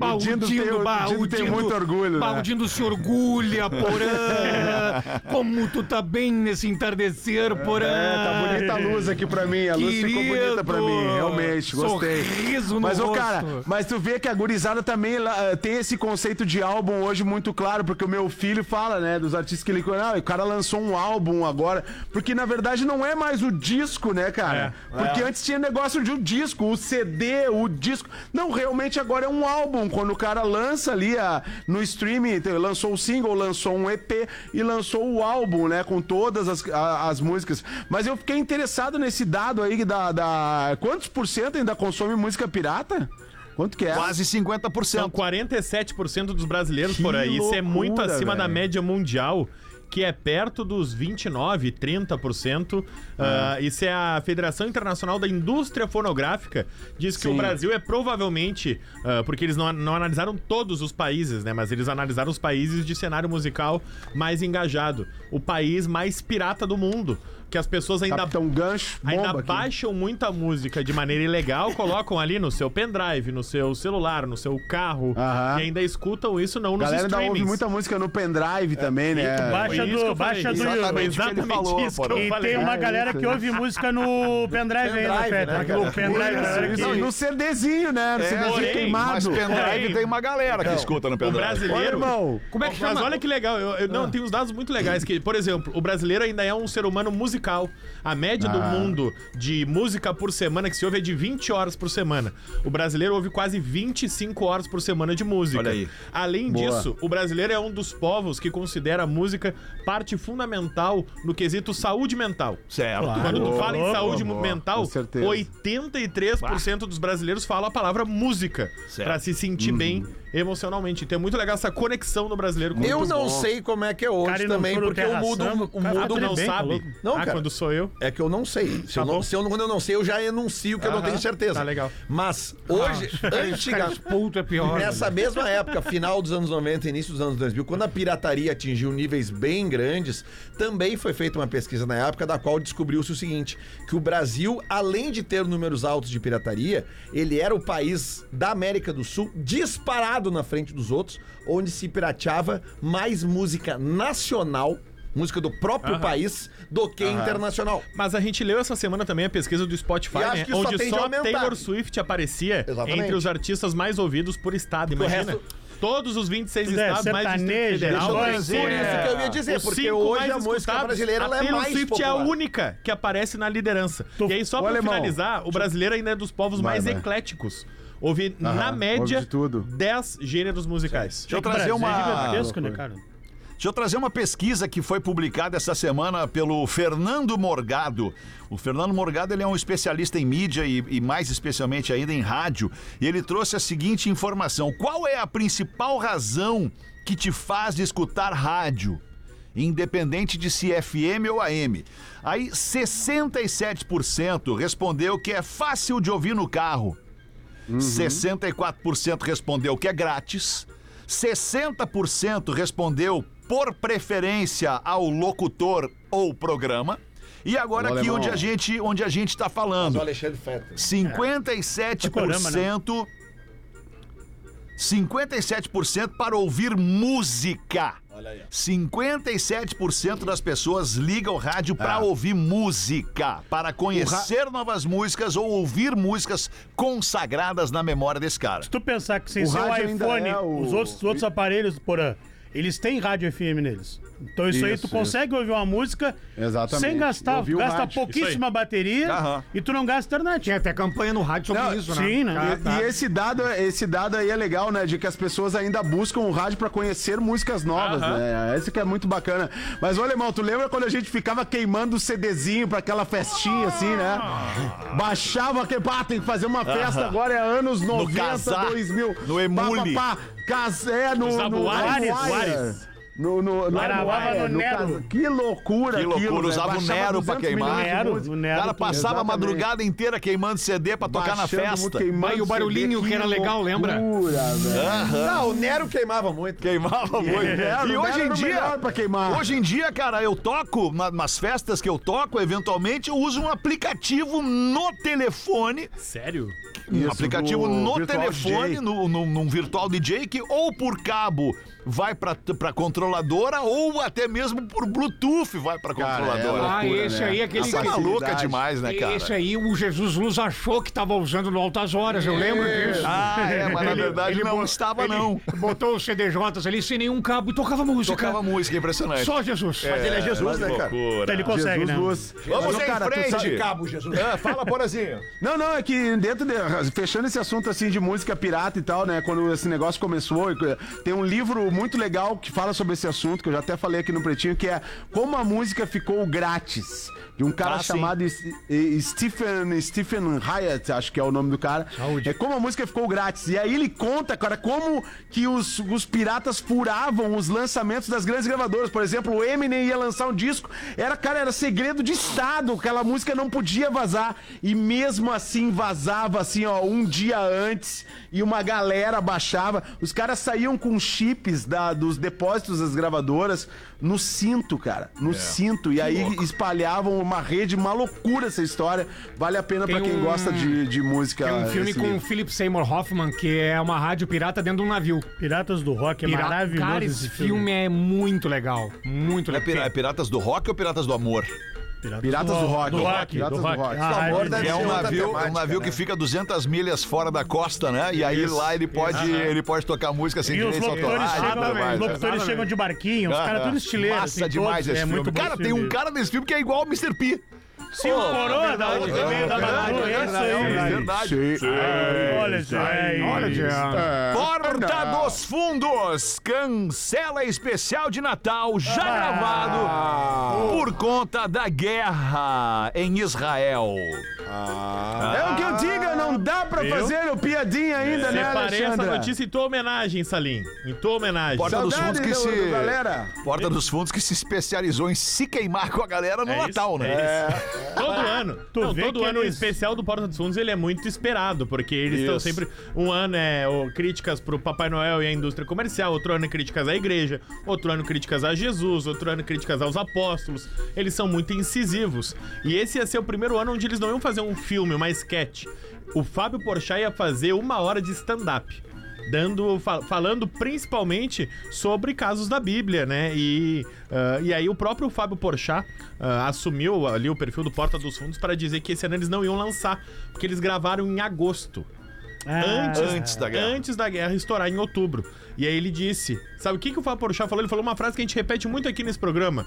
Speaker 2: Bah, o
Speaker 7: Dindo tem-
Speaker 2: Dindo, bah,
Speaker 7: o Dindo tem muito orgulho,
Speaker 2: bah,
Speaker 7: né?
Speaker 2: Tá o Dindo se orgulha, Porã. Como tu tá bem nesse entardecer, Porã.
Speaker 7: É, tá bonita a luz aqui pra mim. A luz ficou bonita pra mim,
Speaker 2: Querido!
Speaker 7: realmente, gostei.
Speaker 2: Sorriso no
Speaker 7: mas, ô,
Speaker 2: rosto.
Speaker 7: cara, mas tu vê que a gurizada também lá, eh, tem esse conceito de álbum hoje muito claro, porque o meu filho fala, né, dos artistas que ele conhece. Ah, o cara lançou um álbum agora. Porque, na verdade, não é mais o disco, né, cara? porque antes tinha negócio de um disco, o CD, o disco. Não, realmente agora é um álbum. Quando o cara lança ali a- no streaming, tem- lançou o single, lançou um EP e lançou o álbum, né? Com todas as, a- as músicas. Mas eu fiquei interessado nesse dado aí da. da- Quantos por cento ainda consome música pirata? Quanto que é?
Speaker 3: Quase 50%.
Speaker 6: São 47% dos brasileiros
Speaker 7: Que
Speaker 6: por aí. Isso é
Speaker 7: loucura,
Speaker 6: muito acima da
Speaker 7: velho.
Speaker 6: média mundial, que é perto dos 29, 30%. Ah, isso é a Federação Internacional da Indústria Fonográfica. Diz que o Brasil é provavelmente, ah, porque eles não, não analisaram todos os países, né? Mas eles analisaram os países de cenário musical mais engajado. O país mais pirata do mundo. Que as pessoas ainda
Speaker 7: Capitão Gancho, bomba
Speaker 6: Ainda
Speaker 7: aqui.
Speaker 6: baixam muita música de maneira ilegal, colocam ali no seu pendrive, no seu celular, no seu carro
Speaker 7: Aham.
Speaker 6: e ainda escutam isso não nos
Speaker 7: galera ainda
Speaker 6: streamings.
Speaker 7: ouve muita música no pendrive também, né?
Speaker 5: Baixa
Speaker 6: Foi isso que
Speaker 5: do,
Speaker 6: eu falei.
Speaker 5: baixa do
Speaker 6: Exatamente
Speaker 5: YouTube.
Speaker 6: isso que ele falou,
Speaker 5: isso que
Speaker 6: Porã.
Speaker 5: eu falei. E tem uma
Speaker 7: É,
Speaker 5: galera
Speaker 7: isso,
Speaker 5: que
Speaker 7: né?
Speaker 5: ouve música no pendrive ainda,
Speaker 8: Pendrive, né,
Speaker 5: Pedro.
Speaker 8: cara?
Speaker 5: No pendrive, a galera
Speaker 7: Isso,
Speaker 5: que-
Speaker 7: No CDzinho, né? No CDzinho
Speaker 3: é,
Speaker 6: porém,
Speaker 3: Mas
Speaker 7: queimado.
Speaker 3: pendrive
Speaker 6: Porém,
Speaker 3: tem uma galera que escuta no
Speaker 6: O
Speaker 3: pendrive.
Speaker 7: Olha,
Speaker 6: brasileiro.
Speaker 7: irmão.
Speaker 2: Como é que chama?
Speaker 6: Mas olha que legal, eu, eu- não, tem uns dados muito legais que, por exemplo, o brasileiro ainda é um ser humano musical. A média do mundo de música por semana que se ouve é de 20 horas por semana. O brasileiro ouve quase 25 horas por semana de música.
Speaker 3: Olha aí.
Speaker 6: Além disso, o brasileiro é um dos povos que considera a música parte fundamental no quesito saúde mental.
Speaker 3: Certo.
Speaker 6: Quando tu fala em
Speaker 5: boa,
Speaker 6: saúde mental,
Speaker 7: com certeza.
Speaker 6: 83% dos brasileiros falam a palavra música
Speaker 3: Certo.
Speaker 6: pra se sentir bem
Speaker 7: Uhum.
Speaker 6: emocionalmente. Então é muito legal essa conexão do brasileiro com
Speaker 8: Eu
Speaker 6: o
Speaker 8: não sei como é que é hoje
Speaker 5: Cara, e não
Speaker 8: também,
Speaker 5: furo
Speaker 8: porque eu
Speaker 5: terra
Speaker 8: mudo
Speaker 5: samba,
Speaker 8: o
Speaker 5: cara,
Speaker 8: mundo
Speaker 5: tudo
Speaker 6: não
Speaker 5: bem, tá
Speaker 6: sabe.
Speaker 5: louco.
Speaker 8: Não,
Speaker 6: ah,
Speaker 8: cara.
Speaker 6: quando sou eu.
Speaker 8: É que eu não sei. Se, eu não, se eu, não- quando eu não sei, eu já enuncio que eu não
Speaker 6: Tá Aham,
Speaker 8: tenho certeza.
Speaker 6: tá legal.
Speaker 8: Mas hoje, antigamente.
Speaker 2: Puto é pior.
Speaker 6: né?
Speaker 8: Nessa mesma época, final dos anos 90, início dos anos 2000, quando a pirataria atingiu níveis bem grandes, também foi feita uma pesquisa na época da qual descobriu-se o seguinte, que o Brasil, além de ter números altos de pirataria, ele era o país da América do Sul disparado na frente dos outros, onde se pirateava mais música nacional, música do próprio país, do que internacional.
Speaker 6: Mas a gente leu essa semana também a pesquisa do Spotify,
Speaker 8: E acho
Speaker 6: né?
Speaker 8: que isso só
Speaker 6: onde
Speaker 8: tende a
Speaker 6: só
Speaker 8: aumentar.
Speaker 6: Taylor Swift aparecia
Speaker 8: Exatamente.
Speaker 6: entre os artistas mais ouvidos por estado.
Speaker 8: Porque o
Speaker 6: Imagina.
Speaker 8: resto-
Speaker 6: Todos os 26
Speaker 5: Tudo é
Speaker 6: estados mais Distrito
Speaker 5: sertanejo,
Speaker 6: Federal.
Speaker 5: deixa eu
Speaker 6: os
Speaker 5: dizer,
Speaker 8: Por
Speaker 6: cinco-
Speaker 8: é isso que eu ia dizer,
Speaker 6: os
Speaker 8: porque
Speaker 6: cinco
Speaker 8: hoje
Speaker 6: mais
Speaker 8: a música
Speaker 6: escutados,
Speaker 8: brasileira ela
Speaker 6: a
Speaker 8: é
Speaker 6: Taylor
Speaker 8: mais
Speaker 6: Swift é a
Speaker 8: popular.
Speaker 6: única que aparece na liderança.
Speaker 5: Tu-
Speaker 6: E aí, só
Speaker 7: Ô,
Speaker 6: pra
Speaker 7: alemão.
Speaker 6: finalizar, o brasileiro ainda é dos povos
Speaker 7: Vai,
Speaker 6: mais
Speaker 7: vai.
Speaker 6: ecléticos. Houve, na
Speaker 7: Aham,
Speaker 6: média,
Speaker 7: ouve de tudo.
Speaker 6: 10 gêneros musicais.
Speaker 3: Deixa eu
Speaker 5: Brasil
Speaker 3: trazer
Speaker 5: é
Speaker 3: uma.
Speaker 5: gigantesco, né, cara?
Speaker 3: Deixa eu trazer uma pesquisa que foi publicada essa semana pelo Fernando Morgado. O Fernando Morgado ele é um especialista em mídia e, e mais especialmente ainda em rádio. E ele trouxe a seguinte informação: qual é a principal razão que te faz escutar rádio? independente de se é FM ou AM. Aí 67% respondeu que é fácil de ouvir no carro.
Speaker 7: Uhum.
Speaker 3: 64% respondeu que é grátis. 60% respondeu por preferência ao locutor ou programa. E agora
Speaker 7: Ô,
Speaker 3: aqui
Speaker 7: alemão.
Speaker 3: onde a gente onde a gente está
Speaker 8: Do
Speaker 3: falando.
Speaker 8: Alexandre Fetter.
Speaker 3: 57%.
Speaker 5: Programa, né?
Speaker 3: 57% para ouvir música. 57% das pessoas ligam o rádio para ouvir música, para conhecer novas músicas ou ouvir músicas consagradas na memória desse cara.
Speaker 5: Se tu pensar que sem
Speaker 7: O
Speaker 5: ser o
Speaker 7: rádio ainda
Speaker 5: iPhone,
Speaker 7: é o-
Speaker 5: os, outros, os outros aparelhos, porra, eles têm rádio FM neles. Então isso, aí,
Speaker 7: Isso,
Speaker 5: tu
Speaker 7: isso.
Speaker 5: consegue ouvir uma música
Speaker 7: Exatamente.
Speaker 5: sem gastar,
Speaker 7: Ouvir o
Speaker 5: gasta
Speaker 7: rádio.
Speaker 5: pouquíssima bateria
Speaker 3: Aham.
Speaker 5: e tu não gasta
Speaker 2: Tinha
Speaker 5: internet.
Speaker 2: até campanha no rádio sobre
Speaker 7: Não,
Speaker 2: isso, né?
Speaker 5: Sim, né?
Speaker 2: Ah,
Speaker 7: E-
Speaker 2: tá.
Speaker 7: E esse dado, esse dado aí é legal, né? De que as pessoas ainda buscam o rádio pra conhecer músicas novas, né? Esse que é muito bacana. Mas, ô, Alemão, tu lembra quando a gente ficava queimando o CDzinho pra aquela festinha, assim, né? Baixava que, pá, tem que fazer uma festa agora, é anos 90,
Speaker 3: Kazaa,
Speaker 7: 2000.
Speaker 3: no Emule.
Speaker 7: Pá, pá, pá, cas- é, no...
Speaker 5: Usava o
Speaker 7: no
Speaker 5: Ares,
Speaker 7: no
Speaker 5: o
Speaker 7: Ares.
Speaker 5: Ares.
Speaker 7: No, no, no,
Speaker 5: Gravava
Speaker 7: no
Speaker 5: no Nero.
Speaker 7: Cas- Que loucura
Speaker 3: Que loucura,
Speaker 7: né?
Speaker 3: usava o
Speaker 7: Baixava
Speaker 3: Nero pra
Speaker 7: 200
Speaker 3: queimar.
Speaker 7: milhões de
Speaker 5: Nero,
Speaker 7: músicas.
Speaker 5: o
Speaker 3: O
Speaker 5: Nero.
Speaker 3: cara
Speaker 5: tu-
Speaker 3: passava a
Speaker 7: Exatamente.
Speaker 3: madrugada inteira queimando CD pra tocar na
Speaker 7: Baixando,
Speaker 3: festa.
Speaker 7: queimando
Speaker 2: Mas e o barulhinho
Speaker 7: CD,
Speaker 2: que era legal, lembra?
Speaker 7: loucura, velho.
Speaker 8: Não, o Nero queimava muito.
Speaker 3: Queimava muito.
Speaker 7: Era,
Speaker 3: E
Speaker 7: não
Speaker 3: hoje
Speaker 7: era
Speaker 3: em
Speaker 7: Ah, no
Speaker 3: dia,
Speaker 7: melhor pra queimar.
Speaker 3: hoje em dia, cara, eu toco na- nas festas que eu toco, eventualmente eu uso um aplicativo no telefone,
Speaker 6: Sério?
Speaker 3: um
Speaker 7: Isso,
Speaker 3: aplicativo
Speaker 7: do
Speaker 3: no
Speaker 7: virtual
Speaker 3: telefone,
Speaker 7: DJ.
Speaker 3: no, no- num virtual DJ que ou por cabo vai pra, pra controladora ou até mesmo por Bluetooth vai pra
Speaker 7: Cara,
Speaker 3: controladora.
Speaker 2: Ah,
Speaker 7: loucura,
Speaker 2: esse
Speaker 7: né?
Speaker 2: aí, é aquele
Speaker 3: Essa é
Speaker 2: que...
Speaker 3: maluca demais, né, cara?
Speaker 2: Esse aí, o Jesus Luz achou que tava usando no Altas Horas, eu lembro disso.
Speaker 3: Ah, é, mas na
Speaker 2: Ele-
Speaker 3: verdade
Speaker 2: ele
Speaker 3: não
Speaker 2: bo-
Speaker 3: estava,
Speaker 2: ele
Speaker 3: não.
Speaker 2: Botou os CDJs ali sem nenhum cabo e tocava música.
Speaker 3: Tocava música, é impressionante.
Speaker 2: Só Jesus.
Speaker 8: Mas ele é Jesus, né, cara?
Speaker 5: Então ele consegue, né?
Speaker 7: Luz.
Speaker 3: Vamos
Speaker 7: Mas,
Speaker 3: em
Speaker 7: é cara, tu
Speaker 3: frente.
Speaker 7: sabe-
Speaker 8: Cabo, Jesus.
Speaker 3: Ah, fala, Borazinho.
Speaker 7: Não, não, é que dentro de, fechando esse assunto assim de música pirata e tal, né? Quando esse negócio começou, e co- tem um livro muito legal que fala sobre esse assunto, que eu já até falei aqui no Pretinho, que é Como a música ficou grátis. De um cara
Speaker 3: Ah, sim.
Speaker 7: chamado S- e- Stephen, Stephen Hyatt, acho que é o nome do cara. É como a música ficou grátis. E aí ele conta, cara, como que os, os piratas furavam os lançamentos das grandes gravadoras. Por exemplo, o Eminem ia lançar um disco, era, cara, era segredo de Estado, aquela música não podia vazar. E mesmo assim vazava, assim, ó, um dia antes, e uma galera baixava. Os caras saíam com chips da, dos depósitos das gravadoras no cinto, cara, no
Speaker 6: É.
Speaker 7: cinto. E aí espalhavam uma rede, uma loucura essa história. Vale a pena
Speaker 2: Tem
Speaker 7: pra quem
Speaker 2: um-
Speaker 7: gosta de, de música.
Speaker 2: Tem um filme
Speaker 7: esse
Speaker 2: com o
Speaker 7: livro.
Speaker 2: Philip Seymour Hoffman, que é uma rádio pirata dentro de um navio.
Speaker 5: Piratas do Rock é
Speaker 2: Pirata-
Speaker 5: maravilhoso
Speaker 2: Cara, esse filme é muito legal. Muito
Speaker 3: É,
Speaker 2: legal.
Speaker 3: pira- é Piratas do Rock ou Piratas do Amor?
Speaker 7: Piratas do Rock.
Speaker 5: Do Rock,
Speaker 7: Piratas
Speaker 5: do
Speaker 7: do
Speaker 5: Rock.
Speaker 7: Rock.
Speaker 5: Ah,
Speaker 8: Pelo amor
Speaker 5: é
Speaker 8: da
Speaker 5: verdade.
Speaker 3: É um
Speaker 8: Tem outra
Speaker 3: navio, é um
Speaker 8: temática,
Speaker 3: navio que
Speaker 8: né?
Speaker 3: fica a 200 milhas fora da costa, né? E aí lá ele pode, ele pode tocar música sem
Speaker 5: E os
Speaker 3: direitos
Speaker 5: locutores,
Speaker 3: autorais.
Speaker 5: chegam,
Speaker 3: nada mais,
Speaker 5: os
Speaker 3: né?
Speaker 5: locutores chegam de barquinho, os caras tudo estileiro.
Speaker 3: Massa
Speaker 5: assim,
Speaker 3: demais
Speaker 5: todos.
Speaker 3: esse
Speaker 5: é
Speaker 3: filme.
Speaker 5: Muito bom
Speaker 3: cara,
Speaker 5: esse
Speaker 3: tem um
Speaker 5: filme.
Speaker 3: cara nesse filme que é igual o Mr. P.
Speaker 5: Sim, o Coroa da outra também, Tá da Manu, é isso
Speaker 3: É
Speaker 5: aí.
Speaker 3: verdade.
Speaker 5: Olha, gente.
Speaker 2: Olha, Jean.
Speaker 3: Porta dos Fundos, cancela especial de Natal já
Speaker 5: Ah.
Speaker 3: gravado por conta da guerra em Israel.
Speaker 7: É o que eu digo, não dá pra fazer o piadinha ainda,
Speaker 8: Tá,
Speaker 7: né,
Speaker 6: Separei essa
Speaker 7: Alexandra?
Speaker 6: notícia em tua homenagem, Salim. Em tua homenagem.
Speaker 3: Porta dos
Speaker 7: Saudade
Speaker 3: Fundos que
Speaker 7: do-
Speaker 3: se
Speaker 7: do galera.
Speaker 3: Porta dos Fundos que se especializou em se queimar com a galera no
Speaker 6: É isso,
Speaker 3: Natal, né?
Speaker 6: é Todo ano.
Speaker 5: Tu
Speaker 6: Não,
Speaker 5: vê
Speaker 6: todo
Speaker 5: que
Speaker 6: ano
Speaker 5: eles-
Speaker 6: o especial do Porta dos Fundos ele é muito esperado, porque eles estão sempre. Um ano é o, críticas pro Papai Noel e a indústria comercial, outro ano é críticas à igreja, outro ano críticas a Jesus, outro ano críticas aos apóstolos. Eles são muito incisivos. E esse ia ser o primeiro ano onde eles não iam fazer um filme, uma sketch. O Fábio Porchat ia fazer uma hora de stand-up. Dando, fa- falando principalmente sobre casos da Bíblia, né? E, ah, e aí o próprio Fábio Porchat ah, assumiu ali o perfil do Porta dos Fundos para dizer que esse ano eles não iam lançar, porque eles gravaram em agosto
Speaker 5: Ah,
Speaker 6: antes,
Speaker 3: Antes da guerra.
Speaker 6: antes da guerra estourar em outubro. E aí ele disse: Sabe o que, que o Fábio Porchat falou? Ele falou uma frase que a gente repete muito aqui nesse programa.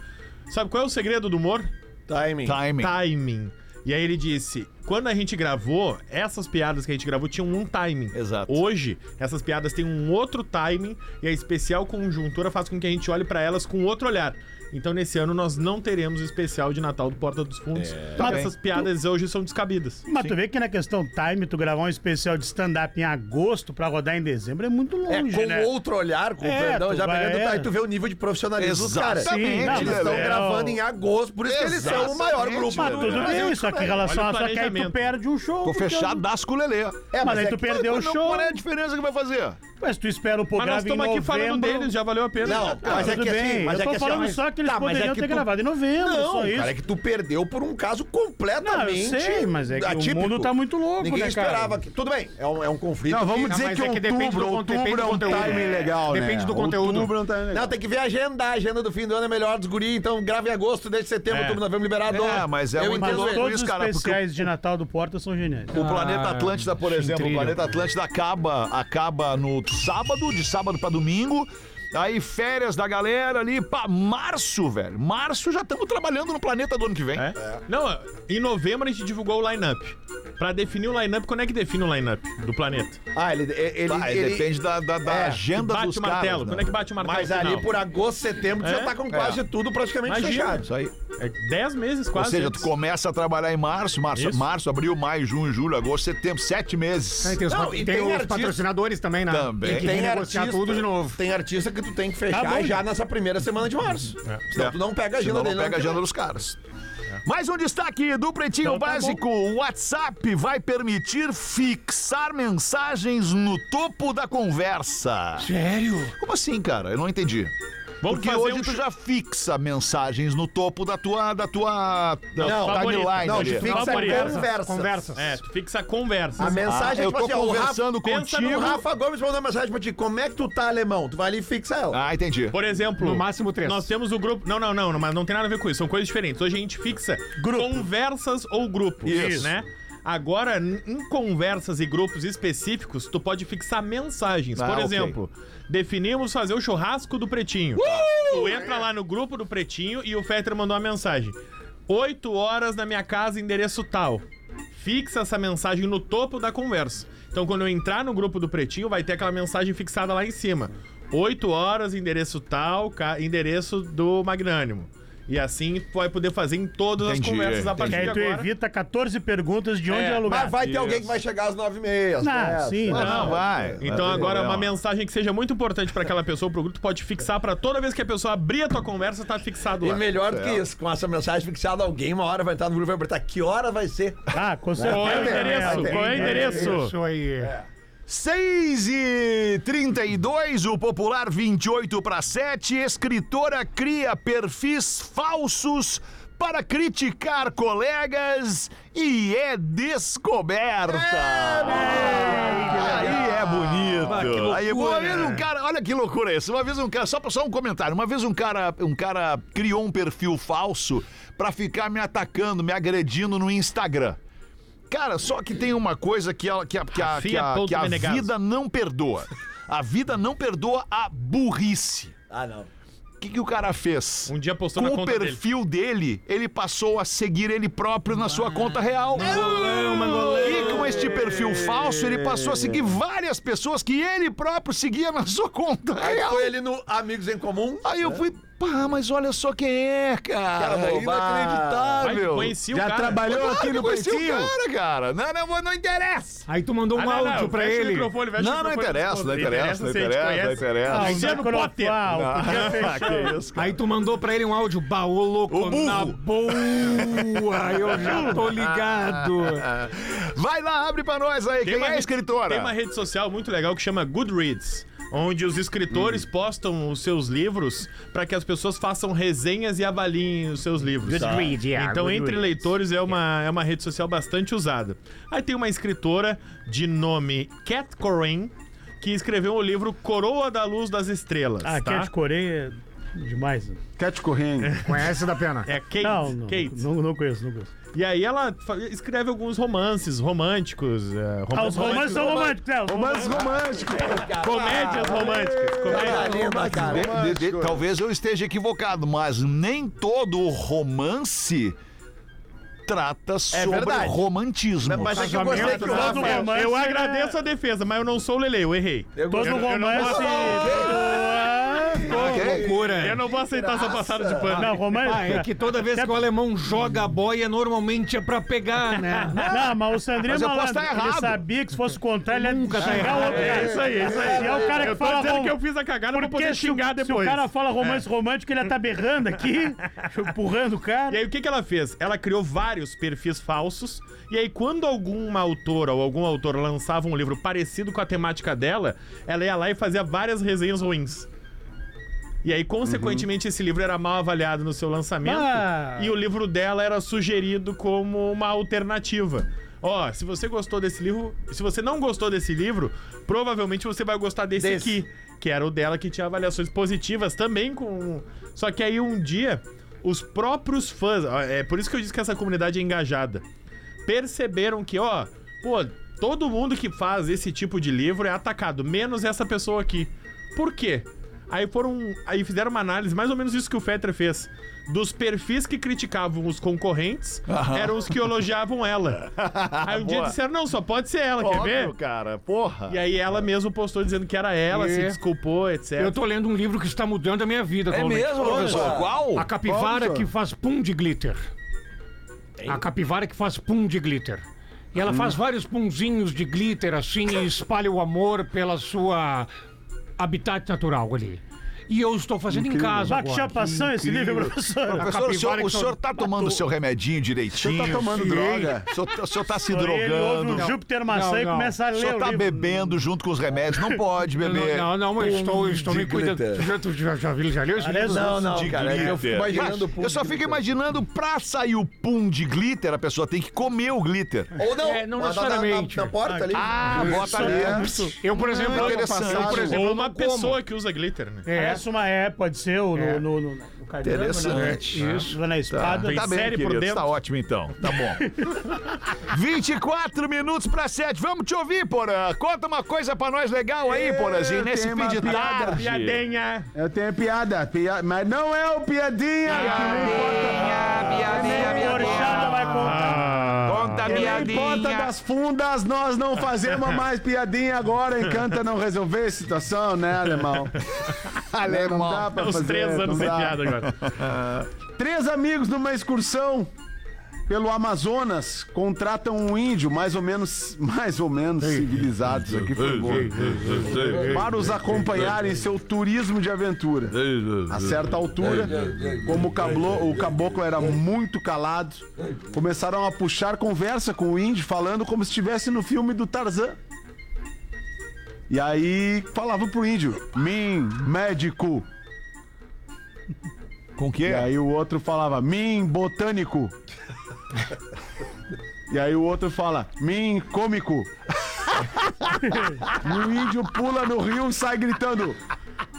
Speaker 6: Sabe qual é o segredo do humor?
Speaker 8: Timing.
Speaker 3: Timing.
Speaker 6: Timing. E aí ele disse: quando a gente gravou, essas piadas que a gente gravou tinham um timing.
Speaker 3: Exato.
Speaker 6: Hoje, essas piadas têm um outro timing e a especial conjuntura faz com que a gente olhe pra elas com outro olhar. Então, nesse ano, nós não teremos o especial de Natal do Porta dos Fundos.
Speaker 7: É.
Speaker 5: Tá
Speaker 6: Essas piadas hoje são descabidas.
Speaker 5: Mas tu vê que na questão time, tu gravar um especial de stand-up em agosto pra rodar em dezembro é muito
Speaker 8: É,
Speaker 5: longe,
Speaker 8: com
Speaker 5: né?
Speaker 8: outro olhar, com
Speaker 5: É,
Speaker 8: perdão,
Speaker 5: tu
Speaker 8: já
Speaker 5: vai-
Speaker 8: pegando. tá,
Speaker 5: é.
Speaker 8: Aí tu vê o nível de profissionalismo dos caras.
Speaker 5: Sim, não,
Speaker 3: né,
Speaker 8: Eles
Speaker 5: mas
Speaker 8: estão
Speaker 5: é,
Speaker 8: gravando
Speaker 5: ó.
Speaker 8: em agosto, por isso que eles são o maior grupo.
Speaker 5: Mas Tá tudo bem, isso aqui em relação
Speaker 6: Olha
Speaker 5: a
Speaker 6: o
Speaker 5: só que aí tu
Speaker 6: planejamento.
Speaker 5: perde um show.
Speaker 3: Tô
Speaker 5: porque- Ah,
Speaker 3: fechado das culelê.
Speaker 8: É,
Speaker 5: Mas aí
Speaker 8: é
Speaker 5: tu
Speaker 8: que-
Speaker 5: perdeu
Speaker 3: Não,
Speaker 5: o show.
Speaker 3: Qual é a diferença que vai fazer?
Speaker 5: Mas tu espera um
Speaker 6: Mas
Speaker 5: programa
Speaker 6: nós
Speaker 5: em
Speaker 6: estamos aqui falando
Speaker 5: novembro.
Speaker 6: deles, já valeu a pena.
Speaker 8: Não,
Speaker 5: Ah,
Speaker 8: mas é
Speaker 5: tudo
Speaker 8: que assim,
Speaker 5: bem,
Speaker 8: mas
Speaker 5: eu
Speaker 8: é
Speaker 5: tô
Speaker 8: que assim,
Speaker 5: falando
Speaker 8: mas-
Speaker 5: só que eles
Speaker 8: Tá, mas é
Speaker 5: poderiam
Speaker 8: que
Speaker 5: ter
Speaker 8: tu-
Speaker 5: gravado em novembro,
Speaker 8: Não,
Speaker 5: só isso.
Speaker 8: cara, é que tu perdeu por um caso
Speaker 5: Não, eu
Speaker 8: completamente.
Speaker 5: sei, mas é que
Speaker 8: atípico.
Speaker 5: o mundo tá muito louco,
Speaker 8: Ninguém
Speaker 5: né, cara?
Speaker 8: esperava que. Tudo bem, é um, é um conflito.
Speaker 7: Não, vamos
Speaker 6: Não,
Speaker 7: dizer
Speaker 6: mas
Speaker 7: que
Speaker 6: é que depende
Speaker 7: outubro,
Speaker 6: do con-
Speaker 7: outubro
Speaker 6: depende do
Speaker 7: é um
Speaker 6: conteúdo.
Speaker 7: timing
Speaker 6: É,
Speaker 7: legal, né?
Speaker 6: depende do conteúdo.
Speaker 7: Outubro é um timing legal.
Speaker 8: Não, tem que ver a agenda. A agenda do fim do ano é melhor dos guri, então grave em agosto, desde setembro, outubro, novembro liberado.
Speaker 3: É, mas é
Speaker 8: eu
Speaker 3: um-
Speaker 8: entendo
Speaker 5: Mas
Speaker 8: ele.
Speaker 3: louco
Speaker 5: todos
Speaker 3: isso,
Speaker 5: os
Speaker 3: cara, porque
Speaker 5: especiais de Natal do Porta são geniais.
Speaker 3: O Planeta
Speaker 2: Ah,
Speaker 3: Atlântida, por exemplo, o
Speaker 2: incrível.
Speaker 3: Planeta Atlântida acaba, acaba no sábado, de sábado pra domingo. Aí férias da galera ali, pá, março, velho. Março já estamos trabalhando no planeta do ano que vem.
Speaker 6: É? Não, em novembro a gente divulgou o line-up. Pra definir o line-up, quando é que define o line-up do planeta?
Speaker 8: Ah, ele. ele,
Speaker 3: Tá,
Speaker 8: ele-
Speaker 3: depende da, da- da
Speaker 8: É,
Speaker 3: agenda
Speaker 6: Bate
Speaker 3: dos
Speaker 6: o martelo.
Speaker 3: caras, né?
Speaker 6: Quando é que bate o martelo?
Speaker 8: Mas ali
Speaker 6: final?
Speaker 8: por agosto, setembro, tu
Speaker 6: É,
Speaker 8: já tá com quase tudo praticamente
Speaker 6: Imagina.
Speaker 8: fechado.
Speaker 3: Isso aí.
Speaker 6: É 10 meses
Speaker 3: Ou
Speaker 6: quase.
Speaker 3: seja, tu
Speaker 6: antes.
Speaker 3: começa a trabalhar em março, março,
Speaker 6: Isso.
Speaker 3: março, abril, maio, junho, julho, agosto, setembro, sete meses.
Speaker 2: Aí tem os, pa-
Speaker 8: Não,
Speaker 2: tem
Speaker 8: e tem
Speaker 2: os
Speaker 8: artista-
Speaker 2: patrocinadores também, né?
Speaker 3: Também.
Speaker 2: Tem que
Speaker 8: Tem
Speaker 2: negociar
Speaker 8: artista,
Speaker 2: tudo de novo.
Speaker 8: Tem artista que tu tem que fechar
Speaker 5: bom.
Speaker 8: já nessa primeira semana de março. Senão
Speaker 3: É.
Speaker 8: tu não pega a agenda
Speaker 3: Senão não
Speaker 8: dele. né?
Speaker 3: pega a
Speaker 8: tem-
Speaker 3: agenda dos caras. Mais um destaque do Pretinho
Speaker 5: Então tá
Speaker 3: Básico. o WhatsApp vai permitir fixar mensagens no topo da conversa.
Speaker 2: Sério?
Speaker 3: Como assim, cara? Eu não entendi.
Speaker 6: Vamos
Speaker 3: Porque
Speaker 6: fazer
Speaker 3: hoje
Speaker 6: um
Speaker 3: tu
Speaker 6: ch-
Speaker 3: já fixa mensagens no topo da tua, da tua da
Speaker 8: Não,
Speaker 3: tua
Speaker 6: favorita.
Speaker 3: timeline.
Speaker 8: Não,
Speaker 3: ali.
Speaker 8: de fixa
Speaker 6: Favorita.
Speaker 8: é conversa.
Speaker 2: Conversas.
Speaker 6: É, tu fixa a conversa.
Speaker 8: A mensagem
Speaker 3: eu
Speaker 8: é tipo
Speaker 3: tô
Speaker 8: assim, ó, o Rafa-
Speaker 3: conversando
Speaker 6: pensa
Speaker 3: contigo.
Speaker 8: O Rafa Gomes mandou uma mensagem pra ti. Como é que tu tá, alemão? Tu vai ali e fixa ela.
Speaker 3: Ah, entendi.
Speaker 6: Por exemplo,
Speaker 2: No máximo três.
Speaker 6: nós temos o grupo. Não, não, não, não, mas não tem nada a ver com isso. São coisas diferentes. Hoje a gente fixa conversas ou grupos,
Speaker 3: Isso.
Speaker 6: né? Agora, n- em conversas e grupos específicos, tu pode fixar mensagens.
Speaker 3: Ah,
Speaker 6: Por
Speaker 3: ok.
Speaker 6: exemplo, definimos fazer o churrasco do Pretinho. Tu entra lá no grupo do Pretinho e o Fetter mandou uma mensagem. 8 horas na minha casa, endereço tal. Fixa essa mensagem no topo da conversa. Então, quando eu entrar no grupo do Pretinho, vai ter aquela mensagem fixada lá em cima. 8 horas, endereço tal, ca- endereço do Magnânimo. E assim tu vai poder fazer em todas
Speaker 3: Entendi,
Speaker 6: as conversas a
Speaker 3: entendi.
Speaker 5: Que
Speaker 6: partir
Speaker 5: aí tu
Speaker 6: de agora.
Speaker 5: evita 14 perguntas de onde é,
Speaker 6: É,
Speaker 5: o lugar.
Speaker 8: Mas Ah, vai ter alguém que vai chegar às nove e meia. às
Speaker 5: Ah,
Speaker 8: dez.
Speaker 5: sim.
Speaker 8: Ah,
Speaker 3: Não, vai.
Speaker 6: Então
Speaker 3: Vai,
Speaker 6: agora
Speaker 3: problema.
Speaker 6: uma mensagem que seja muito importante pra aquela pessoa, pro grupo, tu pode fixar pra toda vez que a pessoa abrir a tua conversa, tá fixado
Speaker 8: E
Speaker 6: lá.
Speaker 8: melhor do que isso, com essa mensagem fixada, alguém uma hora vai entrar no grupo e vai perguntar que hora vai ser.
Speaker 5: Ah, com
Speaker 6: Qual é o
Speaker 5: certeza.
Speaker 6: endereço?
Speaker 5: né?
Speaker 6: Qual é o endereço?
Speaker 2: Isso aí.
Speaker 3: 6 e 32, o popular 28 para 7, escritora cria perfis falsos para criticar colegas e é descoberta. Aí é bonito. Aí, uma vez um cara, olha que loucura isso. Uma vez um cara, só, só um comentário. Uma vez um cara, um cara criou um perfil falso para ficar me atacando, me agredindo no Instagram. Cara, só que tem uma coisa que, ela, que, a, que, a, que,
Speaker 6: Rafinha
Speaker 3: a,
Speaker 6: Ponto
Speaker 3: que a
Speaker 6: Menegasso.
Speaker 3: vida não perdoa. A vida não perdoa a burrice.
Speaker 8: Ah, não.
Speaker 3: O que, que o cara fez?
Speaker 6: Um dia postou
Speaker 3: Com
Speaker 6: na
Speaker 3: o
Speaker 6: conta dele.
Speaker 3: perfil dele. ele passou a seguir ele próprio na sua conta real. E com este perfil falso, ele passou a seguir várias pessoas que ele próprio seguia na sua conta
Speaker 8: Aí
Speaker 3: É real.
Speaker 8: foi ele no Amigos em Comum.
Speaker 3: Aí eu fui, pá, mas olha só quem é, cara.
Speaker 8: Cara,
Speaker 3: inacreditável.
Speaker 6: Aí tu conhecia o
Speaker 7: Já
Speaker 6: cara.
Speaker 7: trabalhou
Speaker 3: Claro
Speaker 7: aqui
Speaker 3: que eu
Speaker 7: no
Speaker 3: conheci o
Speaker 7: Pretinho?
Speaker 3: cara, cara. Não, não, não interessa.
Speaker 2: Aí tu mandou um
Speaker 6: Ah, não, não,
Speaker 2: áudio pra
Speaker 6: fecha o
Speaker 2: ele.
Speaker 6: microfone, fecha o
Speaker 3: Não, não
Speaker 6: microfone.
Speaker 3: interessa, não interessa, não
Speaker 6: se a gente
Speaker 3: interessa, não
Speaker 6: conhece.
Speaker 3: interessa.
Speaker 5: Ah, o
Speaker 6: Luciano Potter.
Speaker 5: microfone. Podia fechar.
Speaker 8: Tá.
Speaker 3: que isso, cara.
Speaker 2: Aí tu mandou pra ele um áudio, baú louco,
Speaker 3: O burro.
Speaker 2: na boa, eu já tô ligado.
Speaker 3: Vai lá, abre pra nós aí. Quem
Speaker 6: uma
Speaker 3: é a
Speaker 6: rede-
Speaker 3: escritora?
Speaker 6: Ah. Tem uma rede social muito legal que chama Goodreads, onde os escritores postam os seus livros para que as pessoas façam resenhas e avaliem os seus livros.
Speaker 5: Goodreads, yeah,
Speaker 6: Então, entre
Speaker 5: Goodreads.
Speaker 6: leitores, é uma, é uma rede social bastante usada. Aí tem uma escritora de nome Cat Corin, que escreveu o livro Coroa da Luz das Estrelas.
Speaker 5: Ah,
Speaker 6: tá?
Speaker 5: aqui é de Coreia é demais. né?
Speaker 7: Cat Corrêa.
Speaker 2: Conhece da pena.
Speaker 6: É Kate.
Speaker 5: Não, não,
Speaker 6: Kate.
Speaker 5: não, não conheço, não conheço.
Speaker 6: E aí ela fa- escreve alguns romances românticos. é,
Speaker 5: Ah,
Speaker 6: romances
Speaker 5: os romances são românticos, né? Os
Speaker 7: Romances
Speaker 5: romances-
Speaker 7: românticos.
Speaker 6: Comédias românticas.
Speaker 8: Tá
Speaker 6: Comédias
Speaker 8: linda, cara.
Speaker 3: De- de- de- talvez eu esteja equivocado, mas nem todo romance trata
Speaker 6: É
Speaker 3: sobre
Speaker 8: verdade.
Speaker 3: romantismo.
Speaker 8: Mas é que eu gostei que o
Speaker 5: Casamento,
Speaker 8: Rafael...
Speaker 5: romance
Speaker 6: eu
Speaker 5: é-
Speaker 6: agradeço a defesa, mas eu não sou o Lele, eu errei.
Speaker 8: Eu
Speaker 5: Todo
Speaker 8: gostei.
Speaker 5: romance.
Speaker 2: Ah, que loucura.
Speaker 6: Eu não vou aceitar essa passada de pano.
Speaker 5: Não, romance.
Speaker 2: Ah, é que toda vez que o alemão joga a boia, normalmente é pra pegar, né?
Speaker 5: Não, mas o Sandrinho
Speaker 3: Mas
Speaker 5: é
Speaker 3: eu posso
Speaker 5: malandro.
Speaker 3: tá
Speaker 5: Ele
Speaker 3: errado.
Speaker 5: sabia que se fosse contar, ele ia
Speaker 2: Nunca tá
Speaker 5: xingar o
Speaker 2: errado.
Speaker 5: outro.
Speaker 6: É isso aí, é isso aí.
Speaker 5: E é o cara que
Speaker 6: eu tô
Speaker 5: fala
Speaker 6: dizendo
Speaker 5: rom-
Speaker 6: que eu fiz a cagada pra
Speaker 5: Porque
Speaker 6: poder
Speaker 5: se o,
Speaker 6: xingar
Speaker 5: se o
Speaker 6: depois. É.
Speaker 5: cara fala romance romântico, ele ia tá berrando aqui, empurrando
Speaker 6: E
Speaker 5: o cara.
Speaker 6: aí o que, que ela fez? Ela criou vários perfis falsos, e aí quando alguma autora ou algum autor lançava um livro parecido com a temática dela, ela ia lá e fazia várias resenhas ruins. E aí, consequentemente, esse livro era mal avaliado no seu lançamento
Speaker 5: Ah.
Speaker 6: e o livro dela era sugerido como uma alternativa. Ó, se você gostou desse livro, se você não gostou desse livro, provavelmente você vai gostar desse,
Speaker 8: Desse.
Speaker 6: aqui, que era o dela que tinha avaliações positivas também com. Só que aí um dia os próprios fãs, ó, é por isso que eu disse que essa comunidade é engajada, perceberam que, ó, pô, todo mundo que faz esse tipo de livro é atacado, menos essa pessoa aqui. Por quê? Aí foram. Aí fizeram uma análise, mais ou menos isso que o Fetter fez. Dos perfis que criticavam os concorrentes, eram os que elogiavam ela. Aí um dia
Speaker 3: Boa.
Speaker 6: disseram, não, só pode ser ela, quer ver?
Speaker 3: Óbvio, cara, porra.
Speaker 6: E aí ela mesma postou dizendo que era ela,
Speaker 2: É.
Speaker 6: se desculpou, etc.
Speaker 2: Eu tô lendo um livro que está mudando a minha vida.
Speaker 9: É
Speaker 2: atualmente.
Speaker 9: mesmo, professor? Qual?
Speaker 2: A capivara que faz pum de glitter. A capivara que faz pum de glitter. E ela faz vários punzinhos de glitter assim e espalha o amor pela sua habitat natural ali. E eu estou fazendo em casa.
Speaker 5: Bah, que
Speaker 2: Agora.
Speaker 5: chapação esse livro, professor.
Speaker 3: Professor, o senhor,
Speaker 2: capivara
Speaker 3: o
Speaker 2: que
Speaker 3: senhor
Speaker 2: só-
Speaker 3: tá tomando o seu remedinho direitinho?
Speaker 7: Você tá tomando
Speaker 3: Sim.
Speaker 7: droga?
Speaker 3: O senhor, tá- o senhor tá se
Speaker 5: Ele ouve
Speaker 3: drogando?
Speaker 5: um Júpiter maçã
Speaker 2: Não,
Speaker 5: e
Speaker 2: não.
Speaker 5: começa a
Speaker 3: O
Speaker 5: ler
Speaker 3: senhor
Speaker 5: o
Speaker 3: tá
Speaker 5: livro.
Speaker 3: bebendo junto com os remédios? Não pode
Speaker 2: Não,
Speaker 3: beber.
Speaker 2: Não, não, eu estou, eu estou me cuidando.
Speaker 8: glitter.
Speaker 2: Já, tu já, já, viu- já leu esse
Speaker 5: Aliás,
Speaker 2: livro?
Speaker 8: Não, não,
Speaker 3: de
Speaker 8: cara. né? Eu fico
Speaker 3: glitter.
Speaker 8: imaginando... o
Speaker 3: Eu
Speaker 8: público
Speaker 3: só fico
Speaker 8: gritando.
Speaker 3: imaginando, pra sair o pum de glitter, a pessoa tem que comer o glitter.
Speaker 8: Ou não.
Speaker 2: É, não
Speaker 8: Mas na- na-
Speaker 2: necessariamente.
Speaker 8: Na, na porta ali.
Speaker 3: Ah, bota ali.
Speaker 2: Eu, por exemplo, ano
Speaker 3: interessante.
Speaker 2: passado, por exemplo,
Speaker 6: Ou
Speaker 2: eu
Speaker 6: uma
Speaker 2: não como.
Speaker 6: pessoa que usa glitter, né?
Speaker 2: É,
Speaker 5: Parece uma é, pode ser, o
Speaker 2: É.
Speaker 5: no, no, no, no cardiano,
Speaker 3: Interessante.
Speaker 5: né? Isso. Na espada.
Speaker 6: Tem
Speaker 3: Tá bem,
Speaker 6: série por
Speaker 3: querido.
Speaker 6: dentro?
Speaker 3: Tá ótimo então. Tá bom. 24 minutos pra 7. Vamos te ouvir, Porã. Conta uma coisa pra nós legal aí, Porãzinho, nesse
Speaker 7: tenho
Speaker 3: fim
Speaker 7: uma
Speaker 3: de
Speaker 7: piada.
Speaker 3: tarde.
Speaker 6: Piadenha!
Speaker 7: Eu tenho piada, pia- mas não é o piadinha É
Speaker 5: Porchada vai contar.
Speaker 3: Conta
Speaker 7: que não importa das fundas, nós não fazemos mais piadinha agora, encanta não resolver a situação, né, alemão? alemão. Não dá pra
Speaker 6: Uns
Speaker 7: fazer,
Speaker 6: três anos
Speaker 7: não
Speaker 6: sem
Speaker 7: dá.
Speaker 6: piada agora.
Speaker 7: Três amigos numa excursão pelo Amazonas contratam um índio mais ou menos, mais ou menos civilizado, isso aqui foi bom, para os acompanhar em seu turismo de aventura. A certa altura, como o, cablo- o caboclo era muito calado, começaram a puxar conversa com o índio, falando como se estivesse no filme do Tarzan. E aí falava pro índio, mim, médico.
Speaker 3: Com o quê?
Speaker 7: E aí o outro falava, mim, botânico. e aí o outro fala, mim, cômico. e o índio pula no rio e sai gritando,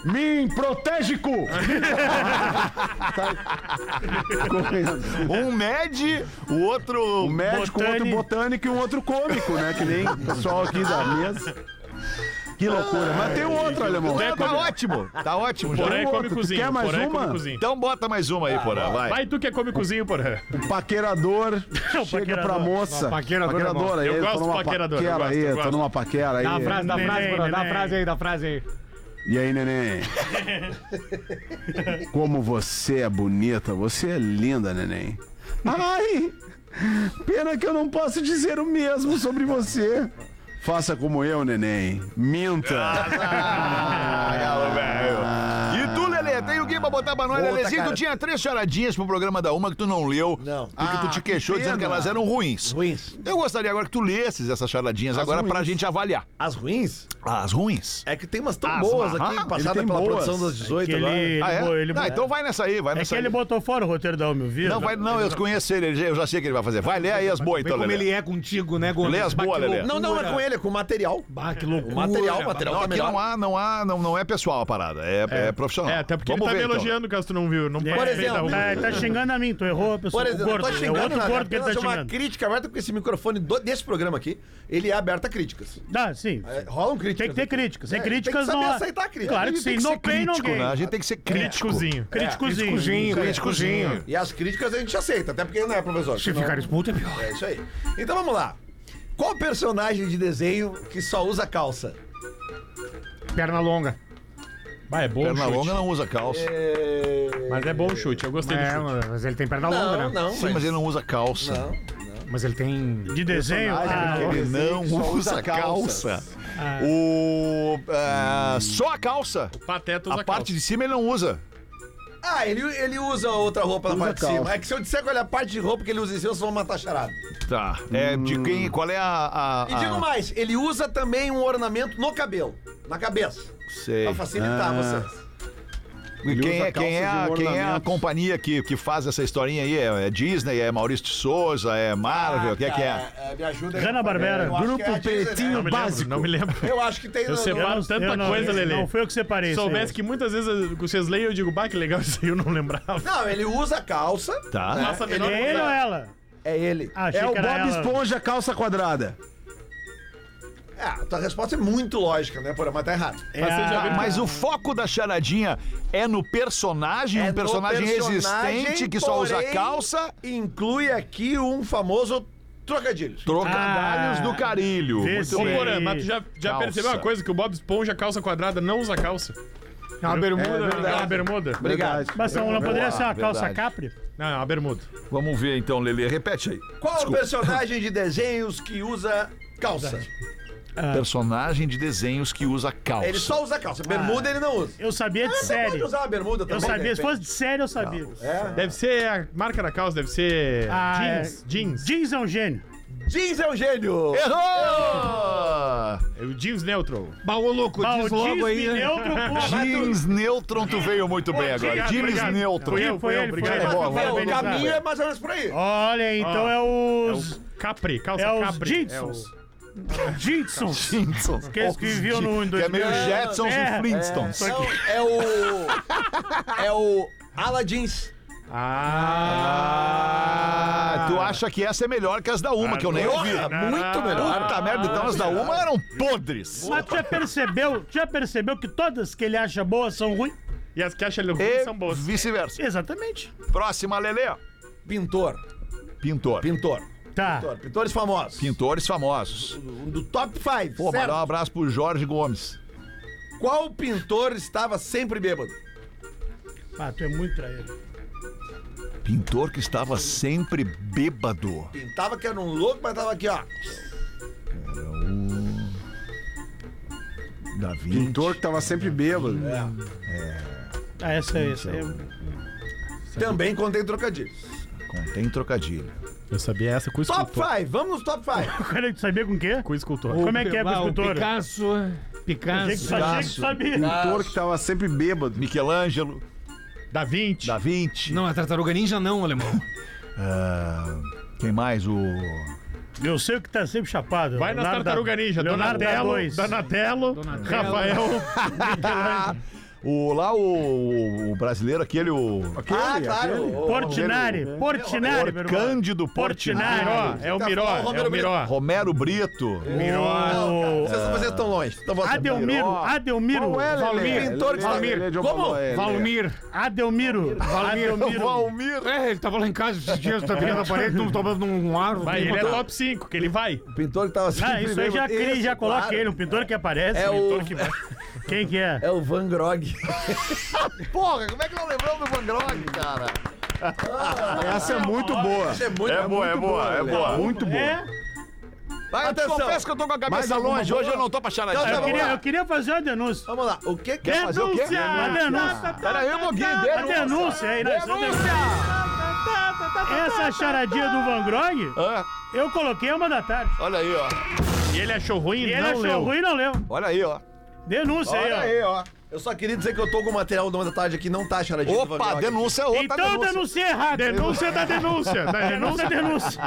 Speaker 7: mim, protégico. sai correndo.
Speaker 3: Um med, o outro.
Speaker 7: Um médico, um outro
Speaker 5: Botânico.
Speaker 7: botânico e um outro cômico, né? Que nem o pessoal aqui da mesa. Que loucura. Mas tem um outro, alemão.
Speaker 3: Ah, tá ótimo. Tá ótimo já.
Speaker 6: Porém,
Speaker 7: outro,
Speaker 6: come
Speaker 7: tu
Speaker 6: cozinho.
Speaker 7: quer mais
Speaker 6: Porém, come
Speaker 7: uma?
Speaker 6: cozinho.
Speaker 3: Então bota mais uma aí, Porã. Vai.
Speaker 6: Vai tu que é come cozinho, porra.
Speaker 7: O paquerador chega pra
Speaker 5: paquerador.
Speaker 7: moça.
Speaker 2: Não, paquerador é bom.
Speaker 7: aí,
Speaker 6: Eu
Speaker 7: tô
Speaker 6: gosto do
Speaker 7: numa
Speaker 6: paquerador, eu
Speaker 7: paquera
Speaker 6: gosto, eu
Speaker 7: aí, tô
Speaker 6: gosto.
Speaker 7: numa paquera aí.
Speaker 2: Dá a frase, dá a frase,
Speaker 5: Neném,
Speaker 2: Bruno, dá a
Speaker 5: neném.
Speaker 2: frase aí, dá a frase aí.
Speaker 7: E aí, neném? Como você é bonita, você é linda, neném. Ai! Pena que eu não posso dizer o mesmo sobre você. Faça como eu, neném.
Speaker 6: Ah,
Speaker 7: Minta.
Speaker 3: Galo, velho. E tu, Lelê, tem o que pra botar pra nós,
Speaker 8: Puta,
Speaker 3: Lelezinho? Tu
Speaker 8: cara.
Speaker 3: tinha três charadinhas pro programa da Uma que tu não leu.
Speaker 8: Não. Ah,
Speaker 3: Porque tu te queixou
Speaker 7: que
Speaker 3: dizendo que
Speaker 7: pena.
Speaker 3: elas eram ruins.
Speaker 8: Ruins.
Speaker 3: Eu gostaria agora que tu lesses essas charadinhas agora pra gente avaliar.
Speaker 8: As ruins?
Speaker 3: As ruins?
Speaker 8: É que tem umas tão
Speaker 3: As
Speaker 8: boas
Speaker 3: marra-
Speaker 8: aqui,
Speaker 3: Ele
Speaker 8: passada
Speaker 7: tem
Speaker 8: pela
Speaker 7: boas.
Speaker 8: produção das 18
Speaker 5: Que ele,
Speaker 8: agora.
Speaker 5: ele,
Speaker 3: ah, é?
Speaker 5: bo- ele, bo-
Speaker 3: Ah, então vai nessa aí, vai
Speaker 5: é
Speaker 3: nessa
Speaker 5: que ele
Speaker 3: aí.
Speaker 5: botou fora o roteiro da Almilvira.
Speaker 3: Não, vai, não, eu conheço ele, ele já- eu já sei o que ele vai fazer. Vai, lê aí as boas,
Speaker 2: Vê
Speaker 3: então,
Speaker 2: como
Speaker 3: Lelê.
Speaker 2: ele é contigo, né, Gomes?
Speaker 3: Lê as
Speaker 2: Bah, que
Speaker 3: boas, Lelê.
Speaker 2: loucura.
Speaker 8: Não, não, é com ele, é com o material.
Speaker 2: Bah, que loucura.
Speaker 8: O material, o material
Speaker 3: Não,
Speaker 8: tá
Speaker 3: aqui
Speaker 8: melhor.
Speaker 3: não há, não há, não, não é pessoal a parada, é, é profissional.
Speaker 6: É, até porque
Speaker 3: Vamos
Speaker 6: ele tá
Speaker 3: ver, então.
Speaker 6: elogiando caso tu não viu. Não
Speaker 5: É,
Speaker 8: Por
Speaker 6: pode
Speaker 8: exemplo,
Speaker 5: tá, ele tá xingando a mim, tu errou a pessoa.
Speaker 8: Por exemplo,
Speaker 5: o gordo,
Speaker 8: eu tô xingando,
Speaker 5: é outro
Speaker 8: na-
Speaker 5: gordo que ele tá
Speaker 8: apenas uma
Speaker 5: xingando.
Speaker 8: crítica aberta, porque esse microfone do- desse programa aqui, ele é aberto a críticas.
Speaker 5: Dá, sim.
Speaker 8: É, rolam críticas.
Speaker 5: Tem que ter críticas. Sem
Speaker 8: É, tem que
Speaker 5: críticas não
Speaker 8: saber
Speaker 5: há.
Speaker 8: aceitar a crítica.
Speaker 5: Claro que
Speaker 3: gente tem
Speaker 5: sim.
Speaker 3: que
Speaker 5: No
Speaker 3: ser
Speaker 5: pain, no
Speaker 3: crítico,
Speaker 5: gain.
Speaker 3: né? A gente tem que ser crítico.
Speaker 6: Críticozinho.
Speaker 5: É, Críticozinho.
Speaker 2: Cozinho, cozinho.
Speaker 8: E as críticas a gente aceita, até porque, né, professor?
Speaker 2: Se
Speaker 8: Senão-
Speaker 2: ficar expulso é pior.
Speaker 8: É isso aí. Então vamos lá. Qual personagem de desenho que só usa calça?
Speaker 2: Perna longa.
Speaker 6: Bah, é bom o
Speaker 3: Perna
Speaker 6: chute.
Speaker 3: longa não usa calça.
Speaker 8: É,
Speaker 6: Mas é bom o chute, eu gostei
Speaker 2: É,
Speaker 6: do chute.
Speaker 2: mas ele tem perna longa,
Speaker 8: Não,
Speaker 2: né?
Speaker 8: não.
Speaker 3: Sim, mas ele não usa calça.
Speaker 8: Não.
Speaker 2: Mas ele tem.
Speaker 5: De desenho. Ah,
Speaker 3: Ele não
Speaker 4: só
Speaker 3: usa,
Speaker 4: usa
Speaker 3: calça.
Speaker 4: calça.
Speaker 3: O. ah, Só a calça.
Speaker 6: Pateta usa
Speaker 3: A parte de cima ele não usa.
Speaker 8: Ah, ele, ele usa outra roupa na parte de cima. É que se eu disser qual é a parte de roupa que ele usa em cima, vocês vão matar charada.
Speaker 3: Tá. É de quem? Qual é a. a-
Speaker 8: E digo
Speaker 3: a-
Speaker 8: mais, ele usa também um ornamento no cabelo, na cabeça,
Speaker 3: Sei.
Speaker 8: pra facilitar
Speaker 3: Ah.
Speaker 8: vocês.
Speaker 3: E quem
Speaker 7: usa
Speaker 3: é, quem, é,
Speaker 7: calças
Speaker 3: a-
Speaker 7: e um
Speaker 3: quem é a
Speaker 7: ornamento.
Speaker 3: companhia que, que faz essa historinha aí? É, é Disney, é Maurício de Souza, é
Speaker 8: Ah,
Speaker 3: Marvel? O que é que é?
Speaker 8: me ajuda aí.
Speaker 5: Hanna-Barbera.
Speaker 8: Eu acho que é a
Speaker 7: Grupo
Speaker 8: Disney,
Speaker 7: Pretinho
Speaker 8: né?
Speaker 7: Básico.
Speaker 6: Não me lembro.
Speaker 8: Eu acho que tem.
Speaker 6: Eu sei-
Speaker 5: eu não-
Speaker 6: Tanta
Speaker 5: eu não-
Speaker 6: coisa, Lelê.
Speaker 5: Não foi eu que separei.
Speaker 6: Se
Speaker 5: isso aí.
Speaker 6: soubesse que muitas vezes eu- vocês leem, eu digo, bah, que legal isso aí, eu não lembrava.
Speaker 8: Não, ele usa a calça.
Speaker 3: Tá.
Speaker 6: Nossa, melhor
Speaker 5: É ele ou ela?
Speaker 8: É ele.
Speaker 5: Ah, achei
Speaker 7: É o
Speaker 5: que era
Speaker 7: Bob
Speaker 5: ela.
Speaker 7: Esponja calça quadrada.
Speaker 8: É, a tua resposta é muito lógica, né, Porã? Mas tá errado.
Speaker 5: É a-
Speaker 3: Tá, Mas o foco da charadinha é no personagem,
Speaker 8: É
Speaker 3: um
Speaker 8: no
Speaker 3: personagem,
Speaker 8: personagem,
Speaker 3: resistente que só usa
Speaker 8: porém-
Speaker 3: calça,
Speaker 8: Inclui aqui um famoso trocadilho.
Speaker 3: trocadalhos
Speaker 5: Ah,
Speaker 3: do carilho.
Speaker 5: vê
Speaker 3: Muito
Speaker 5: se-
Speaker 6: Ô,
Speaker 5: Sim.
Speaker 3: bem.
Speaker 6: Porã, mas tu já, já
Speaker 3: Calça.
Speaker 6: percebeu uma coisa? Que o Bob Esponja, calça quadrada, não usa calça.
Speaker 2: É uma bermuda.
Speaker 6: É uma bermuda?
Speaker 7: Obrigado.
Speaker 5: Mas não, não poderia ser uma
Speaker 3: verdade.
Speaker 5: calça capri?
Speaker 6: Não, é uma bermuda.
Speaker 3: Vamos ver então, Lelê. Repete aí.
Speaker 8: Qual o personagem de desenhos que usa calça?
Speaker 3: Personagem de desenhos que usa calça.
Speaker 8: Ele só usa
Speaker 3: Ah.
Speaker 8: calça. Bermuda ele não usa.
Speaker 5: Eu sabia de
Speaker 8: Você
Speaker 5: série.
Speaker 8: pode usar uma bermuda
Speaker 5: Eu
Speaker 8: também.
Speaker 5: sabia.
Speaker 8: de
Speaker 5: Se
Speaker 8: repente. é.
Speaker 5: fosse de série, eu sabia.
Speaker 6: Deve ser a marca da calça, deve ser
Speaker 5: Ah,
Speaker 6: jeans.
Speaker 5: é.
Speaker 6: Jeans.
Speaker 5: Jeans é um gênio.
Speaker 8: Jeans é um gênio.
Speaker 3: Errou!
Speaker 6: É o jeans neutral.
Speaker 2: Baú louco, diz logo aí. né?
Speaker 5: neutro, porra.
Speaker 3: Jeans Neutron, tu veio muito bem agora.
Speaker 6: Obrigado,
Speaker 3: Jeans
Speaker 6: obrigado.
Speaker 3: Neutron.
Speaker 6: Foi eu, foi eu,
Speaker 5: Foi ele,
Speaker 6: obrigado.
Speaker 5: foi ele.
Speaker 6: É bom,
Speaker 5: Foi ele.
Speaker 6: vai,
Speaker 8: É, o
Speaker 6: vai, vai.
Speaker 8: caminho é mais ou menos por aí.
Speaker 5: Olha, então
Speaker 6: Ó,
Speaker 5: é
Speaker 6: É
Speaker 5: os...
Speaker 6: o Capri, calça
Speaker 5: É os
Speaker 6: Capri.
Speaker 5: Jetsons. Jetsons.
Speaker 3: Jetsons.
Speaker 5: Aqueles que viviam no, em
Speaker 3: Que é
Speaker 5: 2000.
Speaker 3: meio Jetsons
Speaker 5: É.
Speaker 3: e Flintstones.
Speaker 8: Não, é o. É o. Aladdins.
Speaker 3: Ah, tu acha que essa é melhor que as da Uma, que eu nem ouvi.
Speaker 8: Porra, muito melhor.
Speaker 3: Puta merda, então
Speaker 8: tá-
Speaker 3: as da Uma eram podres.
Speaker 5: Mas tu já percebeu, tu já percebeu que todas que ele acha boas são ruins?
Speaker 6: E as caixas de
Speaker 3: E
Speaker 6: são boas.
Speaker 3: vice-versa.
Speaker 5: Exatamente.
Speaker 3: Próxima, Lelê.
Speaker 8: Pintor.
Speaker 3: Pintor.
Speaker 8: Pintor.
Speaker 5: Tá.
Speaker 8: Pintor. Pintores famosos.
Speaker 3: Pintores famosos.
Speaker 8: Um do top 5.
Speaker 3: Pô, mandar um abraço pro Jorge Gomes.
Speaker 8: Qual pintor estava sempre bêbado?
Speaker 5: Ah, tu é muito traído.
Speaker 3: Pintor que estava sempre bêbado.
Speaker 8: Pintava que era um louco, mas tava aqui, ó.
Speaker 3: Davi.
Speaker 7: Pintor que tava sempre bêbado.
Speaker 6: é.
Speaker 5: Ah, essa aí, essa aí.
Speaker 8: Também contém trocadilho.
Speaker 3: Contém trocadilho.
Speaker 6: Eu sabia essa com o
Speaker 8: Top 5, vamos nos top 5.
Speaker 5: Cara, tu sabia com o quê?
Speaker 6: Com o escultor.
Speaker 5: Como é que é com o
Speaker 2: Ah,
Speaker 5: escultor?
Speaker 2: Picasso.
Speaker 5: Achei que
Speaker 2: Picasso.
Speaker 5: só achei que tu sabia.
Speaker 7: Pintor que tava sempre bêbado.
Speaker 3: Michelangelo,
Speaker 6: Da 20.
Speaker 3: Da Vinci.
Speaker 2: Não, a tartaruga ninja não, alemão.
Speaker 3: Ah, quem mais? O.
Speaker 5: Eu sei o que tá sempre chapado.
Speaker 6: Vai na
Speaker 5: Leonardo da-
Speaker 6: Tartaruga Ninja.
Speaker 5: Leonardo da
Speaker 6: Donatello,
Speaker 5: dois.
Speaker 6: Donatello,
Speaker 2: Donatello.
Speaker 6: Rafael.
Speaker 3: O lá, o, o brasileiro, aquele, o.
Speaker 8: Ah, claro. o-
Speaker 5: Portinari, Portinari, meu irmão.
Speaker 3: Cândido Portinari.
Speaker 5: Portinari.
Speaker 6: É o
Speaker 8: Tá
Speaker 6: Miró,
Speaker 8: falando,
Speaker 6: é o
Speaker 8: Romero
Speaker 6: Miró.
Speaker 3: Romero Brito.
Speaker 8: Não, cara,
Speaker 5: O
Speaker 8: vocês, vocês estão longe. Então
Speaker 3: é
Speaker 8: vocês-
Speaker 5: Adelmiro, Adelmiro,
Speaker 7: Valmir.
Speaker 8: Pintor que tava- Como?
Speaker 2: Valmir.
Speaker 5: Adelmiro, Adelmiro.
Speaker 3: Valmir.
Speaker 2: É, ele tava lá em casa esses dias, tava vendo a parede, tava tomando um ar.
Speaker 6: Vai, ele é top 5, que ele vai.
Speaker 8: O pintor que tava sempre
Speaker 5: Ah, isso aí já
Speaker 8: bêbado.
Speaker 5: cria,
Speaker 8: Isso,
Speaker 5: já coloca
Speaker 8: claro.
Speaker 5: ele, um pintor que aparece.
Speaker 8: É
Speaker 5: um pintor
Speaker 8: o-
Speaker 5: que vai. Quem que é?
Speaker 8: É o Van Grog.
Speaker 3: Porra, como é que não lembramos do Van Grog, cara?
Speaker 7: Essa é muito boa.
Speaker 8: Isso é muito
Speaker 3: É boa, é boa, é boa.
Speaker 7: Muito boa.
Speaker 3: Vai,
Speaker 8: Atenção.
Speaker 3: que eu tô com a
Speaker 7: Mais alguma boa?
Speaker 3: não tô pra charadinha.
Speaker 8: Então
Speaker 5: Eu
Speaker 8: tá
Speaker 5: queria,
Speaker 8: lá.
Speaker 5: eu queria fazer uma denúncia.
Speaker 8: Vamos lá. O que é? que
Speaker 3: Quer fazer o quê?
Speaker 5: Denúncia! A denúncia.
Speaker 3: Peraí, o Boguinho
Speaker 5: A tá, denúncia aí, né? Tá, Essa charadinha do Van Grog,
Speaker 3: Ah,
Speaker 5: eu coloquei uma da tarde.
Speaker 3: olha aí, ó.
Speaker 6: E ele achou ruim
Speaker 5: E
Speaker 6: e
Speaker 5: ele
Speaker 6: não
Speaker 5: achou
Speaker 6: leu.
Speaker 5: ruim e não leu.
Speaker 3: Olha aí, ó.
Speaker 5: Denúncia aí, ó.
Speaker 3: ó.
Speaker 8: Eu só queria dizer que eu tô com o material do Uma da Tarde aqui, não tá charadinho. do Van
Speaker 3: Opa,
Speaker 8: Gogh.
Speaker 3: denúncia é outra
Speaker 5: Então
Speaker 3: denúncia.
Speaker 5: denuncia errado.
Speaker 6: Denúncia da denúncia. Da denúncia
Speaker 5: é Denúncia, é denúncia.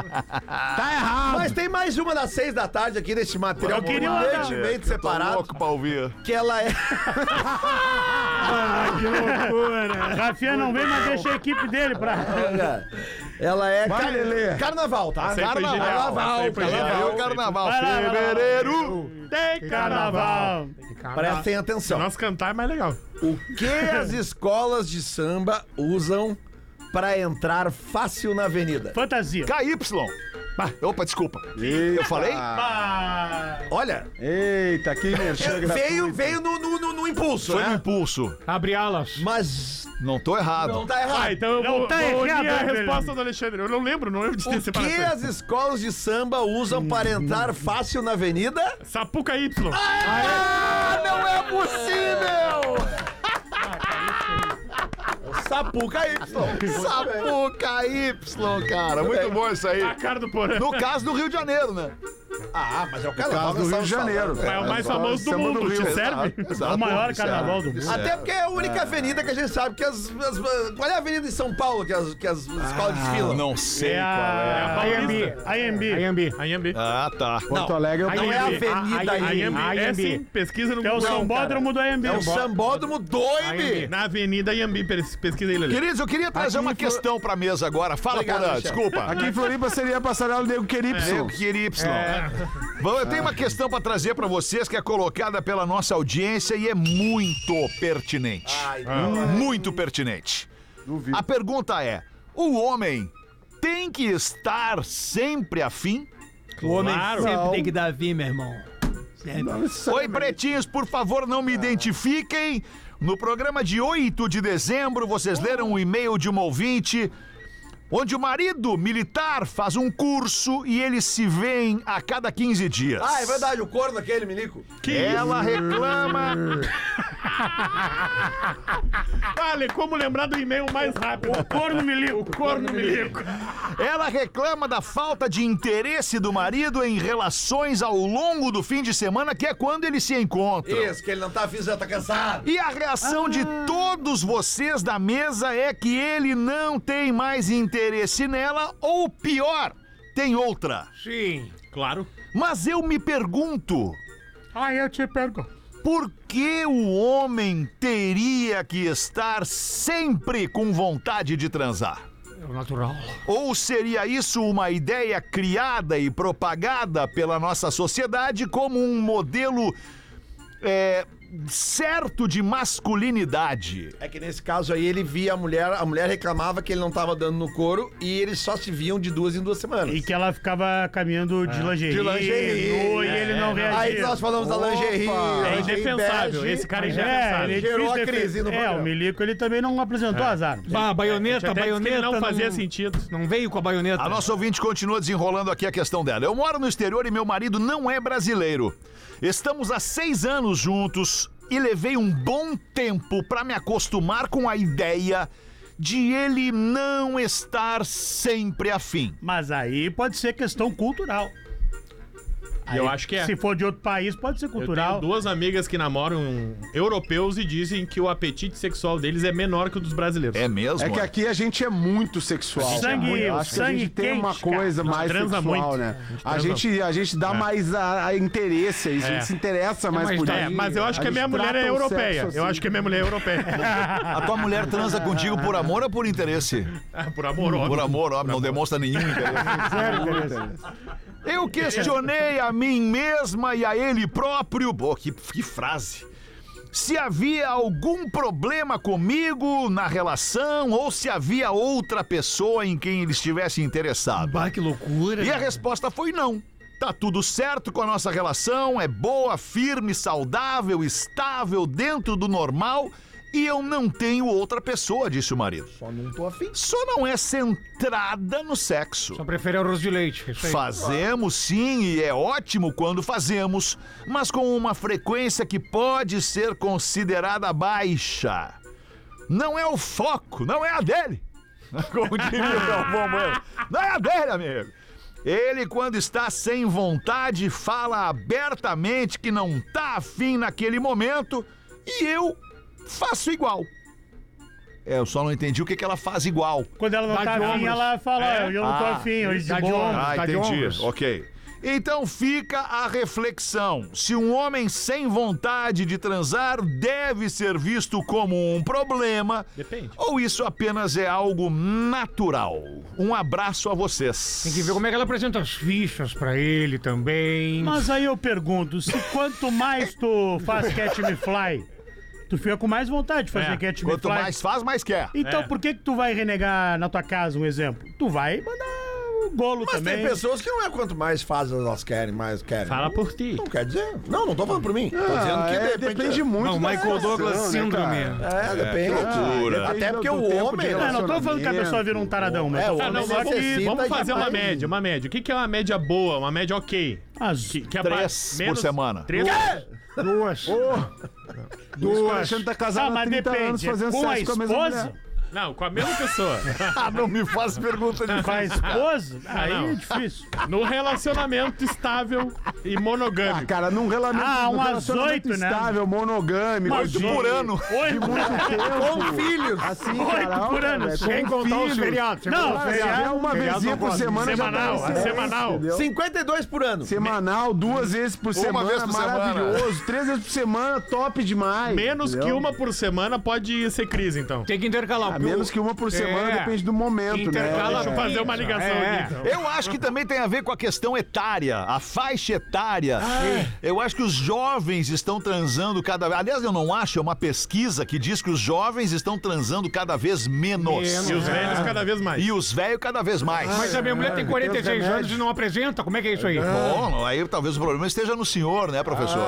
Speaker 8: Mas tem mais uma das seis da tarde aqui nesse material.
Speaker 5: Eu queria uma-
Speaker 8: brilhantemente
Speaker 3: Tô
Speaker 8: separado,
Speaker 3: louco pra ouvir.
Speaker 8: que ela é...
Speaker 5: Rafinha não vem, mas deixa a equipe dele pra.
Speaker 8: Olha, Ela é
Speaker 7: Vai,
Speaker 8: car-
Speaker 7: Lelê.
Speaker 8: carnaval, tá?
Speaker 6: Essa aí foi genial. Essa
Speaker 8: Carnaval,
Speaker 6: aí foi
Speaker 8: carnaval,
Speaker 6: genial.
Speaker 8: carnaval.
Speaker 5: Vai lá, vai lá, vai lá.
Speaker 3: Fevereiro.
Speaker 6: É,
Speaker 5: Tem carnaval.
Speaker 8: Prestem atenção.
Speaker 6: Nós cantar é mais legal.
Speaker 8: O que as escolas de samba usam pra entrar fácil na avenida?
Speaker 5: Fantasia.
Speaker 3: KY. Bah, Opa, desculpa. Eu falei?
Speaker 8: Olha,
Speaker 7: Eita, que merchan
Speaker 8: veio, veio no, no, no- no impulso,
Speaker 3: Foi no
Speaker 8: né?
Speaker 3: impulso.
Speaker 2: Abre alas.
Speaker 8: Mas
Speaker 3: Não tô errado.
Speaker 8: não tá errado.
Speaker 6: Ah, então eu
Speaker 5: Não
Speaker 6: vou,
Speaker 5: tá
Speaker 6: vou
Speaker 5: errado,
Speaker 6: unir a
Speaker 5: velho.
Speaker 6: resposta do Alexandre. Eu não lembro, não lembro de ter
Speaker 8: O que
Speaker 6: separado.
Speaker 8: as escolas de samba usam para entrar fácil na avenida?
Speaker 6: Sapuca Y.
Speaker 8: Ah, não é possível! Sapuca Y.
Speaker 3: Sapuca Y, cara. Muito bom isso aí.
Speaker 6: A cara do Porã.
Speaker 3: No caso do Rio de Janeiro, né?
Speaker 8: Ah, mas é o carnaval
Speaker 7: Caso do Rio de Janeiro.
Speaker 6: É o mais famoso do
Speaker 7: Samba do
Speaker 6: mundo.
Speaker 7: Rio,
Speaker 6: Te serve?
Speaker 5: É o maior carnaval do mundo.
Speaker 8: Até porque é a única avenida que a gente sabe que as. as- qual é a avenida em São Paulo que as, que as escolas desfilam?
Speaker 3: Não sei
Speaker 5: É
Speaker 6: a
Speaker 5: a
Speaker 6: Paulista.
Speaker 5: IMB.
Speaker 2: Ayambi.
Speaker 6: Anhambi.
Speaker 3: Ah, tá.
Speaker 7: Porto Alegre é o
Speaker 8: Não é a avenida aí.
Speaker 2: Anhembi.
Speaker 6: Anhambi. É
Speaker 2: Anhembi.
Speaker 6: sim, pesquisa no
Speaker 5: É o
Speaker 6: Google.
Speaker 5: sambódromo do IMB.
Speaker 8: É o sambódromo do IMB.
Speaker 6: Na Avenida Anhambi. pes- Pesquisa aí, Lelê.
Speaker 3: Queridos, eu queria trazer uma questão pra mesa agora. Fala,
Speaker 8: Obrigado,
Speaker 3: Porã,
Speaker 8: Alexandre.
Speaker 3: desculpa.
Speaker 7: Aqui em Floripa seria passarela Nego
Speaker 6: É,
Speaker 7: Queripso.
Speaker 3: Nego Quiripson. Bom, eu tenho uma questão pra trazer pra vocês que é colocada pela nossa audiência e é muito pertinente.
Speaker 8: Ai,
Speaker 3: Muito pertinente.
Speaker 7: Duvido.
Speaker 3: A pergunta é: o homem tem que estar sempre afim?
Speaker 9: O homem
Speaker 6: Claro.
Speaker 9: sempre
Speaker 7: Não.
Speaker 9: tem que dar vir, meu irmão. Sempre.
Speaker 3: Oi, pretinhos, por favor, não
Speaker 8: Ah.
Speaker 3: me identifiquem. No programa de 8 de dezembro, vocês leram um e-mail de uma ouvinte onde o marido militar faz um curso e eles se veem a cada 15 dias.
Speaker 8: Ah, é verdade, o corno aquele, Milico.
Speaker 3: Ela reclama.
Speaker 6: Vale, como lembrar do e-mail mais rápido. O corno milico. O corno milico.
Speaker 3: Ela reclama da falta de interesse do marido em relações ao longo do fim de semana, que é quando eles se encontram.
Speaker 8: Isso, que ele não tá afim, já tá cansado.
Speaker 3: E a reação de todos vocês da mesa é que ele não tem mais interesse nela, ou pior, tem outra.
Speaker 2: Sim.
Speaker 6: Claro.
Speaker 3: Mas eu me pergunto.
Speaker 5: Ah, eu te pergunto.
Speaker 3: Por que o homem teria que estar sempre com vontade de transar?
Speaker 2: É o natural.
Speaker 3: Ou seria isso uma ideia criada e propagada pela nossa sociedade como um modelo é, certo de masculinidade?
Speaker 8: É que nesse caso aí ele via a mulher, a mulher reclamava que ele não tava dando no couro e eles só se viam de duas em duas semanas.
Speaker 5: E que ela ficava caminhando É. de lingerie. é.
Speaker 8: De lingerie.
Speaker 5: nu, E ele não
Speaker 8: é. Aí
Speaker 5: reagia.
Speaker 8: nós falamos da lingerie.
Speaker 6: É
Speaker 8: lingerie
Speaker 6: indefensável.
Speaker 8: bege.
Speaker 6: Esse cara é
Speaker 5: É,
Speaker 6: indefensável.
Speaker 5: ele
Speaker 8: Gerou
Speaker 5: difícil
Speaker 8: a
Speaker 5: defender.
Speaker 8: crise no
Speaker 5: É,
Speaker 8: programa.
Speaker 5: o Milico ele também não apresentou
Speaker 6: É.
Speaker 5: É, azar.
Speaker 2: Bah, baioneta,
Speaker 6: Até disse que
Speaker 2: baioneta.
Speaker 6: ele não fazia sentido.
Speaker 2: Não veio com a baioneta.
Speaker 3: A nossa ouvinte continua desenrolando aqui a questão dela. Eu moro no exterior e meu marido não é brasileiro. Estamos há seis anos juntos e levei um bom tempo para me acostumar com a ideia de ele não estar sempre afim.
Speaker 5: Mas aí pode ser questão cultural.
Speaker 6: E eu acho que é.
Speaker 5: Se for de outro país, pode ser
Speaker 6: Eu tenho
Speaker 5: cultural.
Speaker 6: duas amigas que namoram europeus e dizem que o apetite sexual deles é menor que o dos brasileiros.
Speaker 3: É mesmo?
Speaker 7: É que aqui a gente é muito sexual.
Speaker 5: Sangue-
Speaker 7: cara. Eu acho que a
Speaker 5: sangue
Speaker 7: gente tem
Speaker 5: quente,
Speaker 7: uma
Speaker 5: cara.
Speaker 7: coisa
Speaker 6: Não,
Speaker 7: mais
Speaker 6: transa
Speaker 7: sexual,
Speaker 6: muito.
Speaker 7: né? A
Speaker 6: transa-
Speaker 7: gente, a gente dá mais a, a interesse, a gente
Speaker 6: É.
Speaker 7: se interessa mais por
Speaker 6: É,
Speaker 7: isso.
Speaker 6: mas eu acho que a
Speaker 7: Eles
Speaker 6: minha mulher é
Speaker 7: tratam o
Speaker 6: europeia.
Speaker 7: sexo
Speaker 6: Eu
Speaker 7: assim.
Speaker 6: acho que a minha mulher é europeia.
Speaker 3: A tua mulher transa contigo por amor ou por interesse?
Speaker 6: Ah, Por amor, óbvio.
Speaker 3: Por amor, óbvio, não demonstra nenhum interesse. Eu questionei a mim mesma e a ele próprio. Pô, que, que frase. Se havia algum problema comigo na relação ou se havia outra pessoa em quem ele estivesse interessado.
Speaker 2: Bah, que loucura.
Speaker 3: E a resposta foi não. Tá tudo certo com a nossa relação, é boa, firme, saudável, estável, dentro do normal e eu não tenho outra pessoa, disse o marido.
Speaker 8: Só não tô afim.
Speaker 3: Só não é centrada no sexo.
Speaker 2: Só prefere arroz de leite. é Isso aí.
Speaker 3: Fazemos sim, e é ótimo quando fazemos, mas com uma frequência que pode ser considerada baixa. Não é o foco, não é a dele. Como diria o Galvão Bueno. Não é a dele, amigo. Ele, quando está sem vontade, fala abertamente que não está afim naquele momento e eu faço igual. É, eu só não entendi o que, que ela faz igual.
Speaker 5: Quando ela não
Speaker 2: Dá
Speaker 5: tá
Speaker 2: de
Speaker 5: afim,
Speaker 2: ombros.
Speaker 5: ela fala,
Speaker 2: É.
Speaker 5: "Ó, eu não tô
Speaker 3: Ah,
Speaker 5: afim, hoje Tá
Speaker 2: dá
Speaker 5: de
Speaker 2: de
Speaker 5: bom.
Speaker 2: ombros.
Speaker 3: Ah,
Speaker 2: Tá de
Speaker 3: entendi.
Speaker 2: ombros.
Speaker 3: Ok. Então fica a reflexão: se um homem sem vontade de transar deve ser visto como um problema,
Speaker 6: Depende.
Speaker 3: ou isso apenas é algo natural? Um abraço a vocês.
Speaker 2: Tem que ver como é que ela apresenta as fichas pra ele também.
Speaker 5: Mas aí eu pergunto, se quanto mais tu faz Catch Me Fly, tu fica com mais vontade de fazer
Speaker 6: É,
Speaker 5: Catch Me
Speaker 3: Quanto
Speaker 5: Fly.
Speaker 3: mais faz, mais quer.
Speaker 5: Então
Speaker 6: É.
Speaker 5: por que que tu vai renegar na tua casa, um exemplo? Tu vai mandar o golo
Speaker 8: Mas
Speaker 5: também.
Speaker 8: tem pessoas que não é quanto mais fazem elas querem, mais querem.
Speaker 6: Fala por ti.
Speaker 8: Não quer dizer. Não, não tô falando por mim. tô dizendo
Speaker 7: Ah,
Speaker 8: que
Speaker 7: é,
Speaker 8: de repente-
Speaker 7: depende muito
Speaker 2: Não,
Speaker 7: da
Speaker 2: Michael Douglas
Speaker 7: relação, né, cara?
Speaker 2: síndrome.
Speaker 8: É, depende.
Speaker 3: loucura.
Speaker 7: depende
Speaker 8: Até
Speaker 7: do-
Speaker 8: porque
Speaker 7: do
Speaker 8: o
Speaker 7: tempo de
Speaker 8: homem-
Speaker 5: Não, não tô falando que a pessoa vira um taradão, mas
Speaker 8: É,
Speaker 5: tô
Speaker 8: o
Speaker 6: Ah,
Speaker 5: falando
Speaker 8: homem
Speaker 5: só que...
Speaker 8: necessita-
Speaker 6: Vamos fazer uma
Speaker 8: demais.
Speaker 6: média, uma média. O que, que é uma média boa, uma média ok?
Speaker 5: As-
Speaker 6: Que, que é
Speaker 3: Três
Speaker 6: pa-
Speaker 3: por semana.
Speaker 6: Três
Speaker 2: Duas.
Speaker 7: O
Speaker 2: Duas.
Speaker 7: Alexandre tá
Speaker 5: Ah,
Speaker 7: casado há
Speaker 5: mas
Speaker 7: 30 anos
Speaker 5: depende, é
Speaker 7: fazendo
Speaker 5: com a
Speaker 7: sexo com a mesma
Speaker 5: esposa?
Speaker 7: mulher.
Speaker 6: Não, com a mesma pessoa.
Speaker 3: Ah, não me faz pergunta de
Speaker 5: Com a esposa? Aí
Speaker 6: não.
Speaker 5: é difícil.
Speaker 6: No relacionamento estável e
Speaker 7: Ah,
Speaker 6: monogâmico.
Speaker 7: cara, num relacionamento,
Speaker 5: Ah,
Speaker 7: num
Speaker 5: umas
Speaker 7: relacionamento
Speaker 5: oito, né?
Speaker 7: estável, monogâmico,
Speaker 5: Oito
Speaker 7: de
Speaker 5: por
Speaker 3: ano.
Speaker 5: Oito.
Speaker 7: Com filhos. Assim, cara,
Speaker 5: por
Speaker 7: olha,
Speaker 5: ano.
Speaker 7: velho, com
Speaker 2: Sem contar os
Speaker 7: filhos.
Speaker 2: feriados. sem
Speaker 5: Não,
Speaker 2: contar os
Speaker 7: Cara, se
Speaker 5: feriado-
Speaker 7: tiver uma
Speaker 2: feriado
Speaker 7: vezinha
Speaker 2: não
Speaker 7: por
Speaker 2: gosta.
Speaker 7: semana
Speaker 6: Semanal,
Speaker 7: já tá
Speaker 6: é
Speaker 7: dez,
Speaker 6: semanal.
Speaker 7: entendeu?
Speaker 8: 52 por ano.
Speaker 7: Semanal, duas vezes por semana,
Speaker 3: vez por semana.
Speaker 7: maravilhoso. Três vezes por semana, top demais.
Speaker 6: Menos que
Speaker 7: entendeu?
Speaker 6: uma por semana pode ser crise, então.
Speaker 2: Tem que intercalar.
Speaker 7: Ah,
Speaker 2: porque
Speaker 7: menos
Speaker 2: o-
Speaker 7: que uma por semana,
Speaker 2: É.
Speaker 7: depende do momento,
Speaker 2: Intercala
Speaker 6: Deixa eu
Speaker 7: né?
Speaker 6: fazer uma ligação
Speaker 2: É.
Speaker 6: aqui. então.
Speaker 3: Eu acho que também tem a ver com a questão etária, a faixa etária.
Speaker 2: Ah.
Speaker 3: Eu acho que os jovens estão transando cada vez. Aliás, eu não acho, é uma pesquisa que diz que os jovens estão transando cada vez menos.
Speaker 2: Menos.
Speaker 6: E os velhos cada vez mais.
Speaker 3: E os velhos cada vez mais.
Speaker 2: Mas a minha mulher tem 46
Speaker 7: remédio.
Speaker 2: anos e não apresenta. Como é que é isso aí?
Speaker 3: Bom, aí talvez o problema esteja no senhor, né, professor?